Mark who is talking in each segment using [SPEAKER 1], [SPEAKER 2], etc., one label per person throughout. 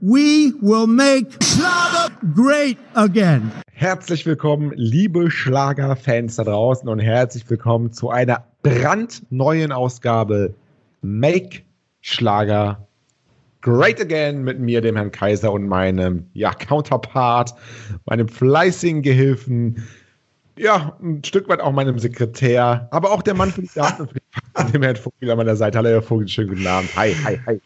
[SPEAKER 1] We will make Schlager great again.
[SPEAKER 2] Herzlich willkommen, liebe Schlagerfans da draußen und herzlich willkommen zu einer brandneuen Ausgabe Make Schlager Great Again mit mir, dem Herrn Kaiser und meinem ja, Counterpart, meinem fleißigen Gehilfen, ja, ein Stück weit auch meinem Sekretär, aber auch der Mann für die Daten, für die- dem Herrn Vogel an meiner Seite. Hallo, Herr Vogel, schönen guten Abend. Hi, hi, hi.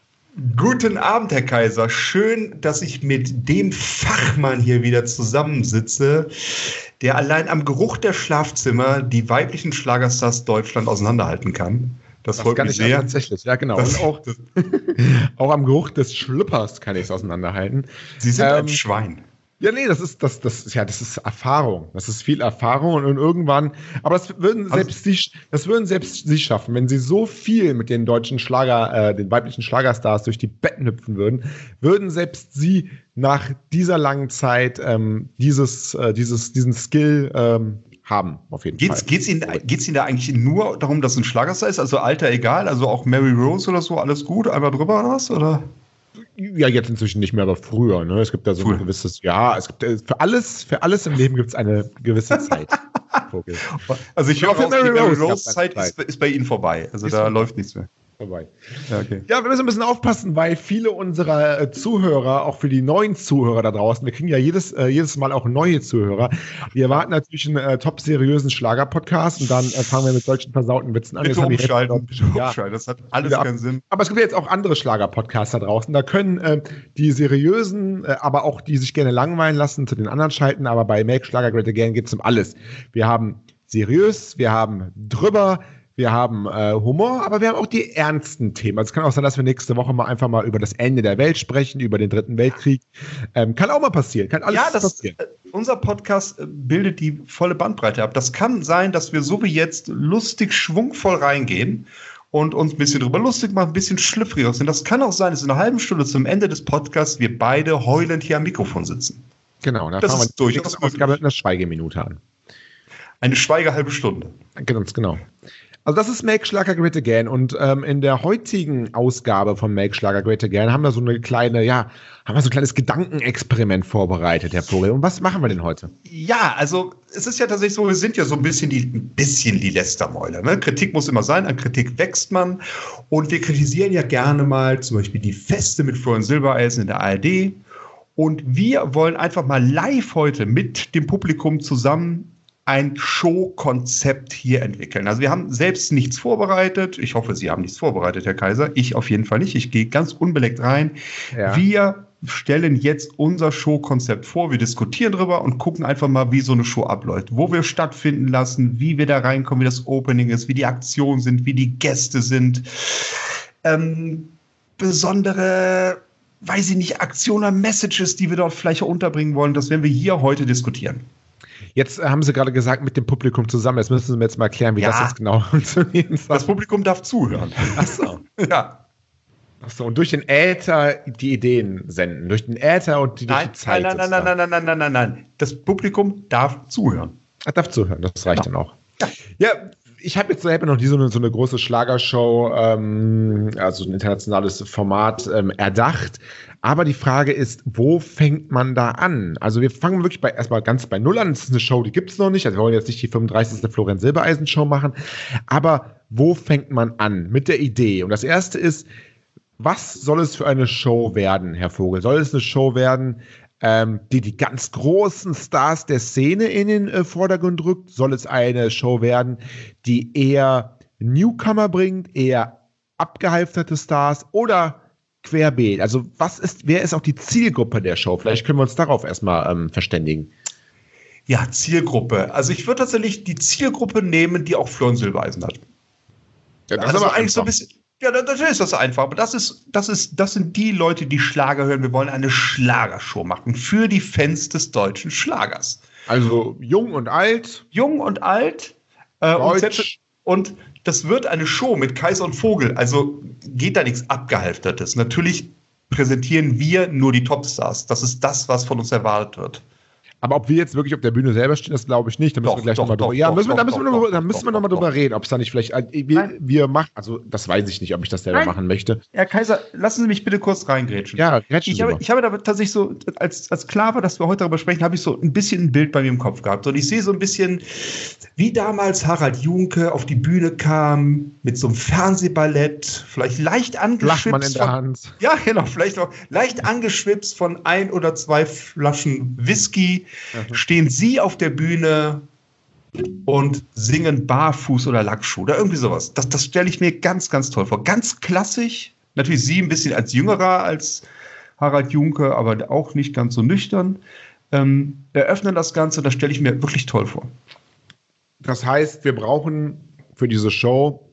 [SPEAKER 3] Guten Abend, Herr Kaiser. Schön, dass ich mit dem Fachmann hier wieder zusammensitze, der allein am Geruch der Schlafzimmer die weiblichen Schlagerstars Deutschland auseinanderhalten kann. Das,
[SPEAKER 2] Das
[SPEAKER 3] freut
[SPEAKER 2] kann
[SPEAKER 3] mich
[SPEAKER 2] ich ja
[SPEAKER 3] sehr.
[SPEAKER 2] tatsächlich, ja genau.
[SPEAKER 3] Das-
[SPEAKER 2] Und auch, auch am Geruch des Schlüppers kann ich es auseinanderhalten.
[SPEAKER 3] Sie sind
[SPEAKER 2] Ähm,
[SPEAKER 3] ein Schwein.
[SPEAKER 2] Ja, nee, das ist, das, das ist, ja, das ist Erfahrung. Das ist viel Erfahrung und, und irgendwann, aber das würden
[SPEAKER 3] Also-
[SPEAKER 2] selbst sie, das würden selbst sie schaffen, wenn sie so viel mit den deutschen Schlager, äh, den weiblichen Schlagerstars durch die Betten hüpfen würden, würden selbst sie nach dieser langen Zeit ähm, dieses, äh, dieses, diesen Skill ähm, haben, auf jeden
[SPEAKER 3] Geht's,
[SPEAKER 2] Fall.
[SPEAKER 3] geht's, Ihnen, geht's Ihnen da eigentlich nur darum, dass ein Schlagerstar ist? Also Alter egal, also auch Mary Rose oder so, alles gut, einmal drüber oder was? Oder?
[SPEAKER 2] Ja, jetzt inzwischen nicht mehr, aber früher, ne? Es gibt da so
[SPEAKER 3] Früher.
[SPEAKER 2] ein gewisses, ja, es gibt äh, für alles, für alles im Leben gibt's eine gewisse Zeit. Vogel.
[SPEAKER 3] Also ich
[SPEAKER 2] Ja,
[SPEAKER 3] höre
[SPEAKER 2] für
[SPEAKER 3] auch,
[SPEAKER 2] Mary
[SPEAKER 3] die Mary
[SPEAKER 2] Rose
[SPEAKER 3] Rose
[SPEAKER 2] gab's
[SPEAKER 3] Zeit
[SPEAKER 2] eine
[SPEAKER 3] ist, ist bei Ihnen vorbei. Also
[SPEAKER 2] Ist
[SPEAKER 3] da
[SPEAKER 2] vorbei.
[SPEAKER 3] läuft nichts mehr.
[SPEAKER 2] Vorbei.
[SPEAKER 3] Ja, okay.
[SPEAKER 2] Ja, wir müssen ein bisschen aufpassen, weil viele unserer äh, Zuhörer, auch für die neuen Zuhörer da draußen, wir kriegen ja jedes, äh, jedes Mal auch neue Zuhörer. Die erwarten natürlich einen äh, top seriösen Schlager-Podcast und dann äh, fangen wir mit deutschen versauten Witzen an. Jetzt
[SPEAKER 3] Bitte
[SPEAKER 2] haben die
[SPEAKER 3] umschalten,
[SPEAKER 2] Hälfte-
[SPEAKER 3] bitte umschalten. Das hat alles
[SPEAKER 2] Wieder ab-
[SPEAKER 3] keinen Sinn.
[SPEAKER 2] Aber es gibt ja jetzt auch andere Schlager-Podcasts da draußen. Da können äh, die seriösen, äh, aber auch die sich gerne langweilen lassen, zu den anderen schalten. Aber bei Make Schlager Great Again geht es um alles. Wir haben seriös, wir haben drüber, wir haben äh, Humor, aber wir haben auch die ernsten Themen. Also es kann auch sein, dass wir nächste Woche mal einfach mal über das Ende der Welt sprechen, über den Dritten Weltkrieg. Ähm, kann auch mal passieren, kann alles
[SPEAKER 3] ja, das,
[SPEAKER 2] passieren.
[SPEAKER 3] äh, unser Podcast äh, bildet die volle Bandbreite ab. Das kann sein, dass wir so wie jetzt lustig, schwungvoll reingehen und uns ein bisschen drüber lustig machen, ein bisschen schlüpfriger sind. Das kann auch sein, dass in einer halben Stunde zum Ende des Podcasts wir beide heulend hier am Mikrofon sitzen.
[SPEAKER 2] Genau, dann
[SPEAKER 3] das
[SPEAKER 2] fangen wir
[SPEAKER 3] ist
[SPEAKER 2] die
[SPEAKER 3] durchaus
[SPEAKER 2] nächste
[SPEAKER 3] möglich.
[SPEAKER 2] Ausgabe mit einer Schweigeminute an.
[SPEAKER 3] Eine schweigehalbe Stunde.
[SPEAKER 2] Ganz genau. Also das ist Make Schlager Great Again und ähm, in der heutigen Ausgabe von Make Schlager Great Again haben wir so eine kleine, ja, haben wir so ein kleines Gedankenexperiment vorbereitet, Herr Vogel. Und was machen wir denn heute?
[SPEAKER 3] Ja, also es ist ja tatsächlich so, wir sind ja so ein bisschen die, ein bisschen die Lästermäuler. Ne? Kritik muss immer sein, an Kritik wächst man. Und wir kritisieren ja gerne mal zum Beispiel die Feste mit Florian Silbereisen in der ARD. Und wir wollen einfach mal live heute mit dem Publikum zusammen ein Showkonzept hier entwickeln. Also wir haben selbst nichts vorbereitet. Ich hoffe, Sie haben nichts vorbereitet, Herr Kaiser. Ich auf jeden Fall nicht. Ich gehe ganz unbeleckt rein.
[SPEAKER 2] Ja.
[SPEAKER 3] Wir stellen jetzt unser Showkonzept vor, wir diskutieren drüber und gucken einfach mal, wie so eine Show abläuft, wo wir stattfinden lassen, wie wir da reinkommen, wie das Opening ist, wie die Aktionen sind, wie die Gäste sind. Ähm, besondere, weiß ich nicht, Aktionen oder Messages, die wir dort vielleicht auch unterbringen wollen, das werden wir hier heute diskutieren.
[SPEAKER 2] Jetzt äh, haben Sie gerade gesagt, mit dem Publikum zusammen. Jetzt müssen Sie mir jetzt mal erklären, wie
[SPEAKER 3] Ja.
[SPEAKER 2] das jetzt genau funktionieren soll.
[SPEAKER 3] Das Publikum darf zuhören.
[SPEAKER 2] Achso.
[SPEAKER 3] ja.
[SPEAKER 2] Achso. Und durch den Äther die Ideen senden. Durch den Äther und die, durch
[SPEAKER 3] Nein,
[SPEAKER 2] die Zeit.
[SPEAKER 3] nein, nein, nein, nein, nein, nein, nein, nein, nein, nein. Das Publikum darf zuhören.
[SPEAKER 2] Er darf zuhören, das reicht
[SPEAKER 3] Ja.
[SPEAKER 2] dann auch.
[SPEAKER 3] Ja.
[SPEAKER 2] Ja, ich habe jetzt selber noch nie so eine, so eine große Schlagershow, ähm, also ein internationales Format ähm, erdacht. Aber die Frage ist, wo fängt man da an? Also wir fangen wirklich bei, erstmal ganz bei Null an. Das ist eine Show, die gibt's noch nicht. Also wir wollen jetzt nicht die 35. Florian Silbereisen Show machen. Aber wo fängt man an mit der Idee? Und das Erste ist, was soll es für eine Show werden, Herr Vogel? Soll es eine Show werden, ähm, die die ganz großen Stars der Szene in den äh, Vordergrund rückt? Soll es eine Show werden, die eher Newcomer bringt, eher abgehalfterte Stars oder querbeet? Also was ist, wer ist auch die Zielgruppe der Show? Vielleicht können wir uns darauf erstmal ähm, verständigen.
[SPEAKER 3] Ja, Zielgruppe. Also ich würde tatsächlich die Zielgruppe nehmen, die auch Florian Silbereisen hat.
[SPEAKER 2] das ist aber
[SPEAKER 3] eigentlich so
[SPEAKER 2] einfach.
[SPEAKER 3] ein bisschen. Ja, da- natürlich ist das einfach. Aber das ist, das ist, das sind die Leute, die Schlager hören. Wir wollen eine Schlagershow machen für die Fans des deutschen Schlagers.
[SPEAKER 2] Also jung und alt,
[SPEAKER 3] Jung und alt. Äh, und,
[SPEAKER 2] Deutsch.
[SPEAKER 3] selbst- und das wird eine Show mit Kaiser und Vogel. Also geht da nichts Abgehalftertes. Natürlich präsentieren wir nur die Topstars. Das ist das, was von uns erwartet wird.
[SPEAKER 2] Aber ob wir jetzt wirklich auf der Bühne selber stehen, das glaube ich nicht. Da müssen
[SPEAKER 3] Doch,
[SPEAKER 2] wir gleich
[SPEAKER 3] doch,
[SPEAKER 2] nochmal
[SPEAKER 3] doch,
[SPEAKER 2] drüber. Ja,
[SPEAKER 3] doch,
[SPEAKER 2] müssen wir, da
[SPEAKER 3] doch,
[SPEAKER 2] müssen wir
[SPEAKER 3] doch,
[SPEAKER 2] noch,
[SPEAKER 3] doch,
[SPEAKER 2] da müssen wir
[SPEAKER 3] doch,
[SPEAKER 2] noch mal
[SPEAKER 3] doch,
[SPEAKER 2] drüber reden, ob es da nicht vielleicht. äh, Wir,
[SPEAKER 3] Nein.
[SPEAKER 2] wir machen, also das weiß ich nicht, ob ich das selber
[SPEAKER 3] Nein.
[SPEAKER 2] machen möchte.
[SPEAKER 3] Herr Kaiser, lassen Sie mich bitte kurz reingrätschen.
[SPEAKER 2] Ja, Gretchen.
[SPEAKER 3] Ich habe,
[SPEAKER 2] lieber.
[SPEAKER 3] ich habe da tatsächlich so, als, als klar war, dass wir heute darüber sprechen, habe ich so ein bisschen ein Bild bei mir im Kopf gehabt. Und ich sehe so ein bisschen, wie damals Harald Junke auf die Bühne kam, mit so einem Fernsehballett, vielleicht leicht
[SPEAKER 2] Lachmann in
[SPEAKER 3] angeschwipst.
[SPEAKER 2] der
[SPEAKER 3] Von,
[SPEAKER 2] Hand.
[SPEAKER 3] ja, genau, vielleicht noch leicht angeschwipst von ein oder zwei Flaschen Whisky,
[SPEAKER 2] Mhm.
[SPEAKER 3] stehen Sie auf der Bühne und singen Barfuß oder Lackschuh oder irgendwie sowas. Das, das stelle ich mir ganz, ganz toll vor. Ganz klassisch. Natürlich Sie ein bisschen als jüngerer als Harald Junke, aber auch nicht ganz so nüchtern. Ähm, eröffnen das Ganze, das stelle ich mir wirklich toll vor.
[SPEAKER 2] Das heißt, wir brauchen für diese Show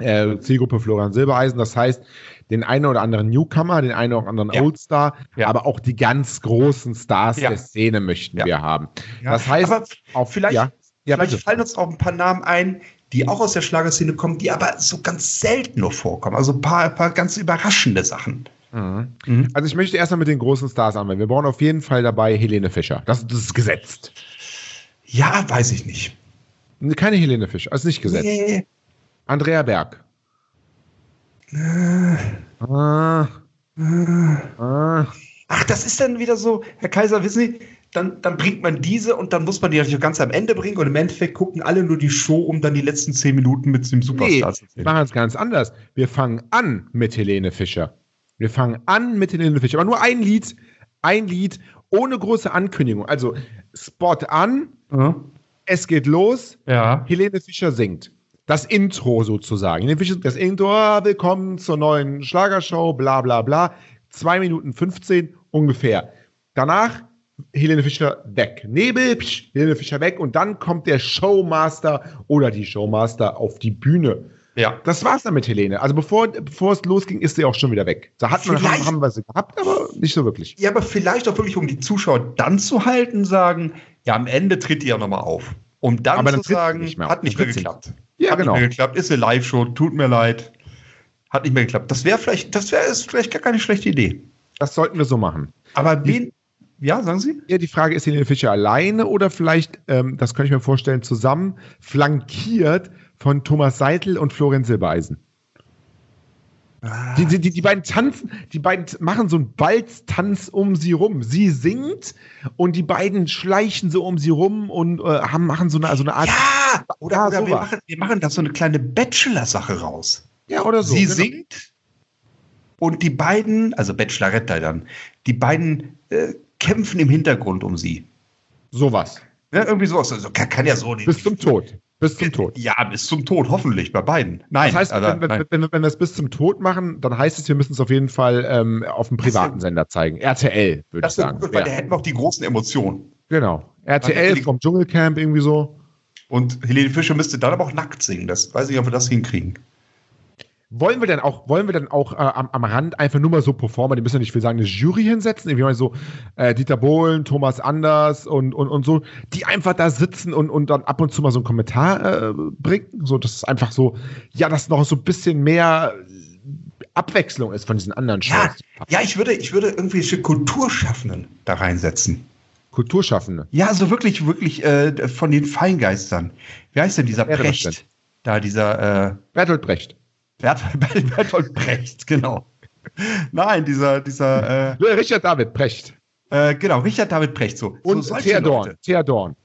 [SPEAKER 2] äh, Zielgruppe Florian Silbereisen. Das heißt, den einen oder anderen Newcomer, den einen oder anderen
[SPEAKER 3] Ja.
[SPEAKER 2] Oldstar,
[SPEAKER 3] Ja.
[SPEAKER 2] aber auch die ganz großen Stars
[SPEAKER 3] Ja.
[SPEAKER 2] der Szene möchten
[SPEAKER 3] Ja.
[SPEAKER 2] wir haben.
[SPEAKER 3] Ja,
[SPEAKER 2] Das heißt,
[SPEAKER 3] aber
[SPEAKER 2] auf,
[SPEAKER 3] vielleicht-
[SPEAKER 2] ja, ja,
[SPEAKER 3] Vielleicht
[SPEAKER 2] bitte.
[SPEAKER 3] fallen uns auch ein paar Namen ein, die auch aus der Schlagerszene kommen, die aber so ganz selten nur vorkommen. Also ein paar, ein paar ganz überraschende Sachen.
[SPEAKER 2] Mhm. Also ich möchte erstmal mit den großen Stars anfangen. Wir brauchen auf jeden Fall dabei Helene Fischer. Das, das ist gesetzt.
[SPEAKER 3] Ja, weiß ich nicht.
[SPEAKER 2] Keine Helene Fischer, ist nicht gesetzt.
[SPEAKER 3] Nee.
[SPEAKER 2] Andrea Berg. Ah. Ah.
[SPEAKER 3] Ach, das ist dann wieder so, Herr Kaiser, wissen Sie, dann, dann bringt man diese und dann muss man die natürlich ganz am Ende bringen und im Endeffekt gucken alle nur die Show, um dann die letzten zehn Minuten mit dem
[SPEAKER 2] Nee,
[SPEAKER 3] Superstar zu
[SPEAKER 2] wir
[SPEAKER 3] sehen.
[SPEAKER 2] machen es ganz anders. Wir fangen an mit Helene Fischer. Wir fangen an mit Helene Fischer. Aber nur ein Lied, ein Lied ohne große Ankündigung. Also Spot an, es geht los,
[SPEAKER 3] Ja.
[SPEAKER 2] Helene Fischer singt. Das Intro sozusagen. Helene Fischer singt das Intro, ah, willkommen zur neuen Schlagershow, bla bla bla. 2 Minuten 15 ungefähr. Danach Helene Fischer weg. Nebel, psch, Helene Fischer weg. Und dann kommt der Showmaster oder die Showmaster auf die Bühne.
[SPEAKER 3] ja.
[SPEAKER 2] Das war's dann mit Helene. Also bevor, bevor es losging, ist sie auch schon wieder weg. Da hat man, haben,
[SPEAKER 3] Vielleicht-
[SPEAKER 2] haben wir sie gehabt, aber nicht so wirklich.
[SPEAKER 3] Ja, aber vielleicht auch wirklich, um die Zuschauer dann zu halten, sagen, ja, am Ende tritt die ja nochmal auf. Um dann,
[SPEAKER 2] Aber dann tritt
[SPEAKER 3] zu
[SPEAKER 2] sie
[SPEAKER 3] sagen,
[SPEAKER 2] nicht mehr auf.
[SPEAKER 3] hat nicht
[SPEAKER 2] Dann tritt
[SPEAKER 3] mehr
[SPEAKER 2] sie
[SPEAKER 3] geklappt.
[SPEAKER 2] Ja,
[SPEAKER 3] hat
[SPEAKER 2] genau.
[SPEAKER 3] nicht mehr geklappt, ist eine Live-Show, tut mir leid. Hat nicht mehr geklappt. Das wäre vielleicht, das wäre ist vielleicht gar keine schlechte Idee.
[SPEAKER 2] Das sollten wir so machen.
[SPEAKER 3] Aber wen, ja, sagen Sie?
[SPEAKER 2] Ja, die Frage ist Helene Fischer alleine oder vielleicht, ähm, das könnte ich mir vorstellen, zusammen flankiert von Thomas Seitel und Florenz Silbereisen. Die, die, die, die beiden tanzen, die beiden t- machen so einen Balztanz um sie rum. Sie singt und die beiden schleichen so um sie rum und äh, haben, machen so eine, so eine Art.
[SPEAKER 3] Ja, Ah, oder,
[SPEAKER 2] Ja,
[SPEAKER 3] oder wir,
[SPEAKER 2] sowas.
[SPEAKER 3] machen, wir machen da so eine kleine Bachelor-Sache raus.
[SPEAKER 2] Ja, oder
[SPEAKER 3] Sie
[SPEAKER 2] genau.
[SPEAKER 3] singt und die beiden, also Bachelorette dann, die beiden äh, kämpfen im Hintergrund um sie.
[SPEAKER 2] Sowas.
[SPEAKER 3] Ne, irgendwie sowas. Also, kann, kann ja so nicht.
[SPEAKER 2] Bis zum Tod. Bis zum Tod.
[SPEAKER 3] Ja, bis zum Tod, hoffentlich, bei beiden. Nein,
[SPEAKER 2] Das heißt,
[SPEAKER 3] also,
[SPEAKER 2] wenn,
[SPEAKER 3] nein.
[SPEAKER 2] wenn, wenn, wenn wir es bis zum Tod machen, dann heißt es, wir müssen es auf jeden Fall ähm, auf dem privaten Sender zeigen. RTL, würde ich
[SPEAKER 3] Das wäre
[SPEAKER 2] sagen.
[SPEAKER 3] gut, weil da
[SPEAKER 2] Ja,
[SPEAKER 3] hätten wir auch die großen Emotionen.
[SPEAKER 2] genau.
[SPEAKER 3] hätte
[SPEAKER 2] RTL
[SPEAKER 3] die-
[SPEAKER 2] vom Dschungelcamp irgendwie so.
[SPEAKER 3] Und Helene Fischer müsste dann aber auch nackt singen. Das weiß ich, ob wir das hinkriegen.
[SPEAKER 2] Wollen wir dann auch, wollen wir dann auch äh, am, am Rand einfach nur mal so Performer, die müssen ja nicht viel sagen, eine Jury hinsetzen? Irgendwie mal so äh, Dieter Bohlen, Thomas Anders und, und, und so, die einfach da sitzen und, und dann ab und zu mal so einen Kommentar äh, bringen. So, dass es einfach so, ja, dass noch so ein bisschen mehr Abwechslung ist von diesen anderen
[SPEAKER 3] Ja,
[SPEAKER 2] Shows.
[SPEAKER 3] ja ich, würde, ich würde irgendwelche Kulturschaffenden da reinsetzen.
[SPEAKER 2] Kulturschaffende.
[SPEAKER 3] Ja, also wirklich, wirklich äh, von den Feingeistern. Wie heißt denn dieser
[SPEAKER 2] Wer wäre das
[SPEAKER 3] Precht? Da, dieser äh,
[SPEAKER 2] Bertolt Brecht.
[SPEAKER 3] Bert, Bertolt Brecht, genau. Nein, dieser, dieser,
[SPEAKER 2] Ja, Richard David Precht
[SPEAKER 3] äh, äh, genau, Richard David Precht. So,
[SPEAKER 2] und
[SPEAKER 3] so solche
[SPEAKER 2] Theodorn.
[SPEAKER 3] Leute.
[SPEAKER 2] Theodorn.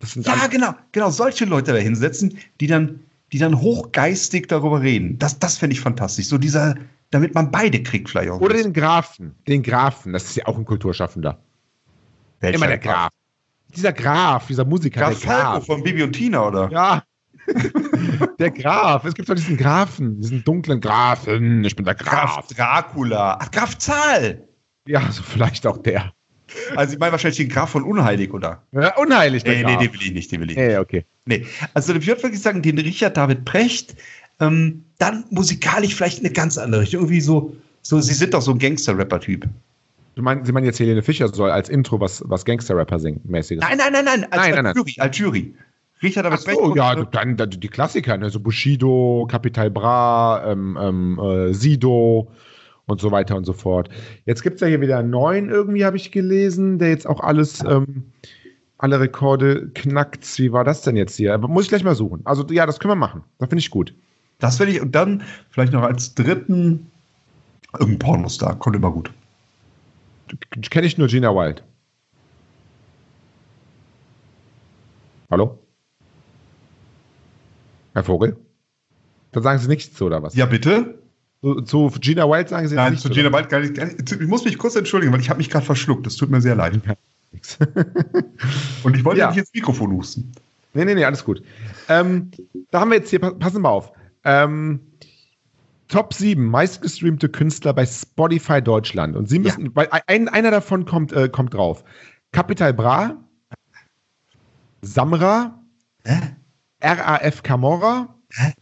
[SPEAKER 2] Das sind
[SPEAKER 3] Ja,
[SPEAKER 2] alles-
[SPEAKER 3] genau, genau, solche Leute da hinsetzen, die dann, die dann hochgeistig darüber reden. Das, das fände ich fantastisch. So dieser, damit man beide kriegt vielleicht auch.
[SPEAKER 2] Oder den Grafen. Den Grafen, das ist ja auch ein Kulturschaffender.
[SPEAKER 3] Welcher
[SPEAKER 2] Immer der Graf. Dieser Graf, dieser Musiker,
[SPEAKER 3] Graf
[SPEAKER 2] der Graf.
[SPEAKER 3] Falco von Bibi und Tina, oder?
[SPEAKER 2] Ja. der Graf. Es gibt doch diesen Grafen, diesen dunklen Grafen. Ich bin der Graf.
[SPEAKER 3] Graf Dracula. Ach, Graf Zahl.
[SPEAKER 2] Ja, so vielleicht auch der.
[SPEAKER 3] Also ich meine wahrscheinlich den Graf von Unheilig, oder?
[SPEAKER 2] Ja, unheilig, der
[SPEAKER 3] Nee, nee,
[SPEAKER 2] Graf.
[SPEAKER 3] den will ich nicht, den will ich nicht.
[SPEAKER 2] Nee, okay.
[SPEAKER 3] Nee. Also ich würde wirklich sagen, den Richard David Precht, ähm, dann musikalisch vielleicht eine ganz andere Richtung. Irgendwie so, so sie sind doch so ein Gangster-Rapper-Typ.
[SPEAKER 2] Du meinst, Sie meinen jetzt Helene Fischer soll als Intro was, was Gangster-Rapper singt, mäßiges.
[SPEAKER 3] Nein, nein, nein, nein, als,
[SPEAKER 2] Nein,
[SPEAKER 3] als
[SPEAKER 2] nein, nein.
[SPEAKER 3] Jury, als Jury. Richard David
[SPEAKER 2] Ach
[SPEAKER 3] Precht.
[SPEAKER 2] so,
[SPEAKER 3] und-
[SPEAKER 2] ja, dann, dann die Klassiker, ne? so Bushido, Capital Bra, ähm, ähm, äh, Sido und so weiter und so fort. Jetzt gibt es ja hier wieder einen neuen, irgendwie habe ich gelesen, der jetzt auch alles ähm, alle Rekorde knackt. Wie war das denn jetzt hier? Aber Muss ich gleich mal suchen. Also ja, das können wir machen. Das finde ich gut.
[SPEAKER 3] Das werde ich, und dann vielleicht noch als dritten irgendein Pornostar, kommt immer gut.
[SPEAKER 2] Kenne ich nur Gina Wild. Hallo? Herr Vogel? Dann sagen Sie nichts zu, oder was?
[SPEAKER 3] Ja, bitte?
[SPEAKER 2] Zu, zu Gina Wild sagen Sie jetzt
[SPEAKER 3] Nein,
[SPEAKER 2] nichts
[SPEAKER 3] zu
[SPEAKER 2] oder
[SPEAKER 3] Gina Wild gar nicht. gar nicht- Ich muss mich kurz entschuldigen, weil ich habe mich gerade verschluckt. Das tut mir sehr leid.
[SPEAKER 2] nichts?
[SPEAKER 3] Und ich wollte
[SPEAKER 2] Ja.
[SPEAKER 3] nicht ins Mikrofon husten.
[SPEAKER 2] Nee, nee, nee, alles gut. Ähm, da haben wir jetzt hier, pa- passen wir auf. Ähm, Top 7 meistgestreamte Künstler bei Spotify Deutschland. Und sie müssen, weil ein, einer davon kommt, äh, kommt drauf. Capital Bra, Samra,
[SPEAKER 3] Hä?
[SPEAKER 2] RAF Camorra,
[SPEAKER 3] Hä?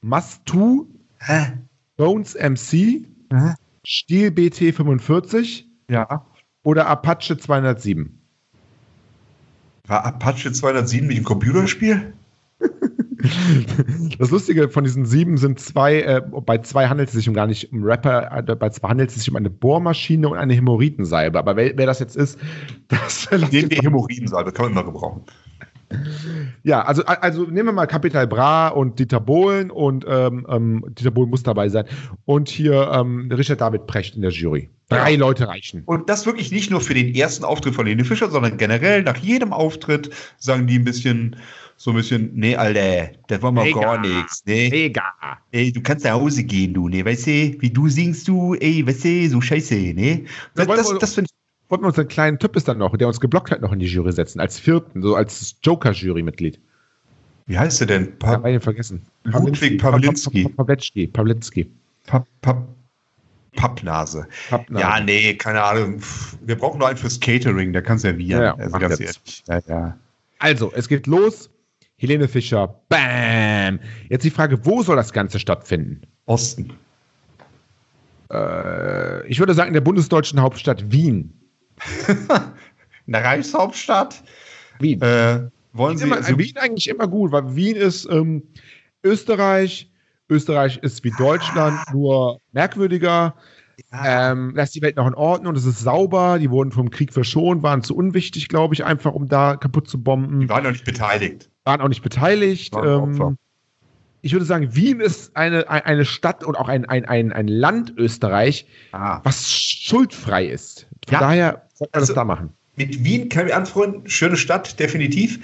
[SPEAKER 2] Mastu,
[SPEAKER 3] Hä?
[SPEAKER 2] Bones MC,
[SPEAKER 3] Hä?
[SPEAKER 2] Stil BT45
[SPEAKER 3] Ja.
[SPEAKER 2] oder Apache 207.
[SPEAKER 3] War Apache 207 mit dem Computerspiel?
[SPEAKER 2] Das Lustige von diesen sieben sind zwei, äh, bei zwei handelt es sich um gar nicht um Rapper, äh, bei zwei handelt es sich um eine Bohrmaschine und eine Hämorrhoidensalbe. Aber wer, wer das jetzt ist, das lasse ich
[SPEAKER 3] Den
[SPEAKER 2] jetzt
[SPEAKER 3] wir
[SPEAKER 2] mal-
[SPEAKER 3] Hämorrhoidensalbe kann man immer gebrauchen.
[SPEAKER 2] Ja, also, also nehmen wir mal Capital Bra und Dieter Bohlen und ähm, ähm, Dieter Bohlen muss dabei sein. Und hier ähm, Richard David Precht in der Jury. Drei
[SPEAKER 3] Ja.
[SPEAKER 2] Leute reichen.
[SPEAKER 3] Und das wirklich nicht nur für den ersten Auftritt von Lene Fischer, sondern generell nach jedem Auftritt sagen die ein bisschen, so ein bisschen, nee, Alter, das war mal
[SPEAKER 2] Mega.
[SPEAKER 3] gar nichts. Nee,
[SPEAKER 2] Mega.
[SPEAKER 3] ey, du kannst nach Hause gehen, du, nee, weißt du, wie du singst du, ey, weißt du, so scheiße, nee. Das,
[SPEAKER 2] wollen
[SPEAKER 3] das,
[SPEAKER 2] wir-
[SPEAKER 3] das finde ich.
[SPEAKER 2] Wollten wir unseren kleinen Types dann noch, der uns geblockt hat, noch in die Jury setzen, als vierten, so als Joker-Jury-Mitglied.
[SPEAKER 3] Wie heißt der denn?
[SPEAKER 2] Ich
[SPEAKER 3] Pa
[SPEAKER 2] habe ihn vergessen.
[SPEAKER 3] Ludwig Pawlitzki.
[SPEAKER 2] Pawlitzki. Pawlitzki.
[SPEAKER 3] pa pa Pappnase.
[SPEAKER 2] Pappnase.
[SPEAKER 3] Ja, nee, keine Ahnung. Pff, Wir brauchen nur einen fürs Catering, der kann servieren.
[SPEAKER 2] Ja, ja,
[SPEAKER 3] also
[SPEAKER 2] mach
[SPEAKER 3] ganz ehrlich.
[SPEAKER 2] jetzt.
[SPEAKER 3] Ja, ja.
[SPEAKER 2] Also, es geht los. Helene Fischer. Bam. Jetzt die Frage, wo soll das Ganze stattfinden?
[SPEAKER 3] Osten.
[SPEAKER 2] Äh, Ich würde sagen, in der bundesdeutschen Hauptstadt Wien.
[SPEAKER 3] In der Reichshauptstadt.
[SPEAKER 2] Wien.
[SPEAKER 3] Äh, wollen
[SPEAKER 2] ist
[SPEAKER 3] Sie.
[SPEAKER 2] immer,
[SPEAKER 3] also-
[SPEAKER 2] Wien eigentlich immer gut, weil Wien ist ähm, Österreich. Österreich ist wie Deutschland, nur merkwürdiger. Ähm, da ist die Welt noch in Ordnung, es ist sauber. Die wurden vom Krieg verschont, waren zu unwichtig, glaube ich, einfach um da kaputt zu bomben.
[SPEAKER 3] Die waren noch nicht beteiligt.
[SPEAKER 2] waren auch nicht beteiligt.
[SPEAKER 3] Waren Opfer.
[SPEAKER 2] ähm, ich würde sagen, Wien ist eine, ein- eine Stadt und auch ein, ein, ein, ein Land Österreich,
[SPEAKER 3] Ah.
[SPEAKER 2] was schuldfrei ist. Von
[SPEAKER 3] Ja.
[SPEAKER 2] daher sollte man
[SPEAKER 3] Also-
[SPEAKER 2] das da machen.
[SPEAKER 3] Mit Wien kann ich mich anfreunden. Schöne Stadt, definitiv.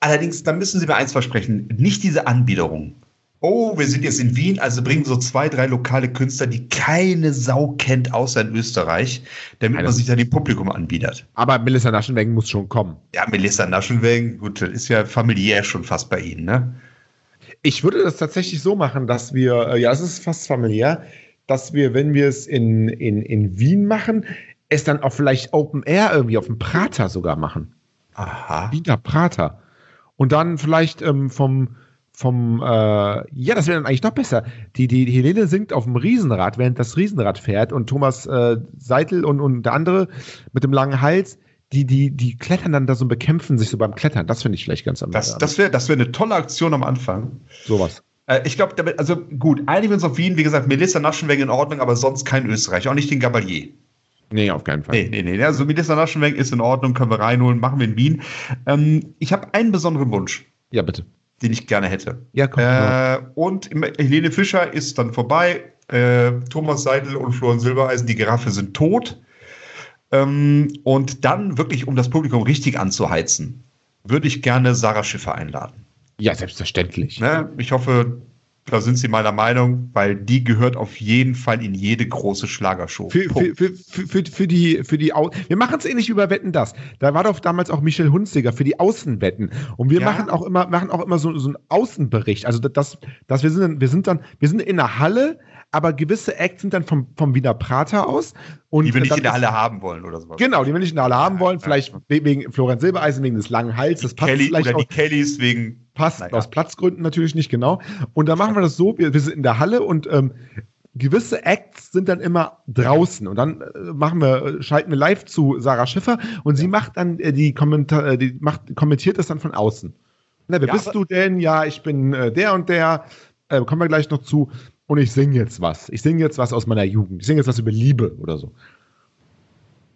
[SPEAKER 3] Allerdings, da müssen Sie mir eins versprechen: nicht diese Anbiederung. Oh, wir sind jetzt in Wien, also bringen so zwei, drei lokale Künstler, die keine Sau kennt, außer in Österreich, damit
[SPEAKER 2] Nein,
[SPEAKER 3] man
[SPEAKER 2] das-
[SPEAKER 3] sich da dem Publikum anbietet.
[SPEAKER 2] Aber Melissa Naschenweng muss schon kommen.
[SPEAKER 3] Ja, Melissa Naschenweng, gut, das ist ja familiär schon fast bei Ihnen, ne?
[SPEAKER 2] Ich würde das tatsächlich so machen, dass wir, äh, ja, es ist fast familiär, dass wir, wenn wir es in, in, in Wien machen, es dann auch vielleicht Open Air irgendwie auf dem Prater sogar machen.
[SPEAKER 3] Aha.
[SPEAKER 2] Wiener Prater. Und dann vielleicht ähm, vom, vom äh, ja, das wäre dann eigentlich noch besser. Die, die, die Helene singt auf dem Riesenrad, während das Riesenrad fährt und Thomas äh, Seitel und, und der andere mit dem langen Hals, die, die, die klettern dann da so und bekämpfen sich so beim Klettern. Das finde ich vielleicht ganz am
[SPEAKER 3] Das, das wäre das wär eine tolle Aktion am Anfang.
[SPEAKER 2] sowas.
[SPEAKER 3] Äh, Ich glaube, damit, also gut, einigen wir uns auf Wien, wie gesagt, Melissa Naschenweng in Ordnung, aber sonst kein Österreich, auch nicht den Gabalier.
[SPEAKER 2] Nee, auf keinen Fall.
[SPEAKER 3] Nee, nee, nee. Also Melissa Naschenweng ist in Ordnung, können wir reinholen, machen wir in Wien. Ähm, ich habe einen besonderen Wunsch,
[SPEAKER 2] Ja, bitte.
[SPEAKER 3] den ich gerne hätte.
[SPEAKER 2] Ja, komm.
[SPEAKER 3] Äh, und im- Helene Fischer ist dann vorbei. Äh, Thomas Seidel und Florian Silbereisen, die Giraffe sind tot. Ähm, und dann wirklich, um das Publikum richtig anzuheizen, würde ich gerne Sarah Schiffer einladen.
[SPEAKER 2] ja, selbstverständlich.
[SPEAKER 3] Ne? Ich hoffe, da sind Sie meiner Meinung, weil die gehört auf jeden Fall in jede große Schlagershow.
[SPEAKER 2] Für,
[SPEAKER 3] Punkt.
[SPEAKER 2] für, für, für, für, für die, für die Au wir machen es ähnlich wie bei Wetten das. Da war doch damals auch Michel Hunziger für die Außenwetten. Und wir
[SPEAKER 3] Ja.
[SPEAKER 2] machen auch immer, machen auch immer so, so einen Außenbericht. Also das, das wir sind dann, wir sind dann, wir sind in der Halle, aber gewisse Acts sind dann vom, vom Wiener Prater aus. Und
[SPEAKER 3] die wir nicht
[SPEAKER 2] dann
[SPEAKER 3] in der
[SPEAKER 2] ist-
[SPEAKER 3] Halle haben wollen oder sowas.
[SPEAKER 2] Genau, die wir nicht in der Halle haben wollen.
[SPEAKER 3] Ja,
[SPEAKER 2] Vielleicht we- wegen Florian Silbereisen, wegen des langen Hals. Das passt
[SPEAKER 3] Kelly
[SPEAKER 2] vielleicht
[SPEAKER 3] oder
[SPEAKER 2] auch
[SPEAKER 3] die Kellys wegen.
[SPEAKER 2] passt
[SPEAKER 3] Naja.
[SPEAKER 2] aus Platzgründen natürlich nicht genau. Und da machen wir das so, wir, wir sind in der Halle und ähm, gewisse Acts sind dann immer draußen und dann äh, machen wir äh, schalten wir live zu Sarah Schiffer und sie macht dann äh, die Kommentar äh, die macht kommentiert das dann von außen. Na, wer
[SPEAKER 3] Ja,
[SPEAKER 2] bist
[SPEAKER 3] aber-
[SPEAKER 2] du denn? Ja, ich bin äh, der und der. Äh, kommen wir gleich noch zu und ich singe jetzt was. Ich singe jetzt was aus meiner Jugend. Ich singe jetzt was über Liebe oder so.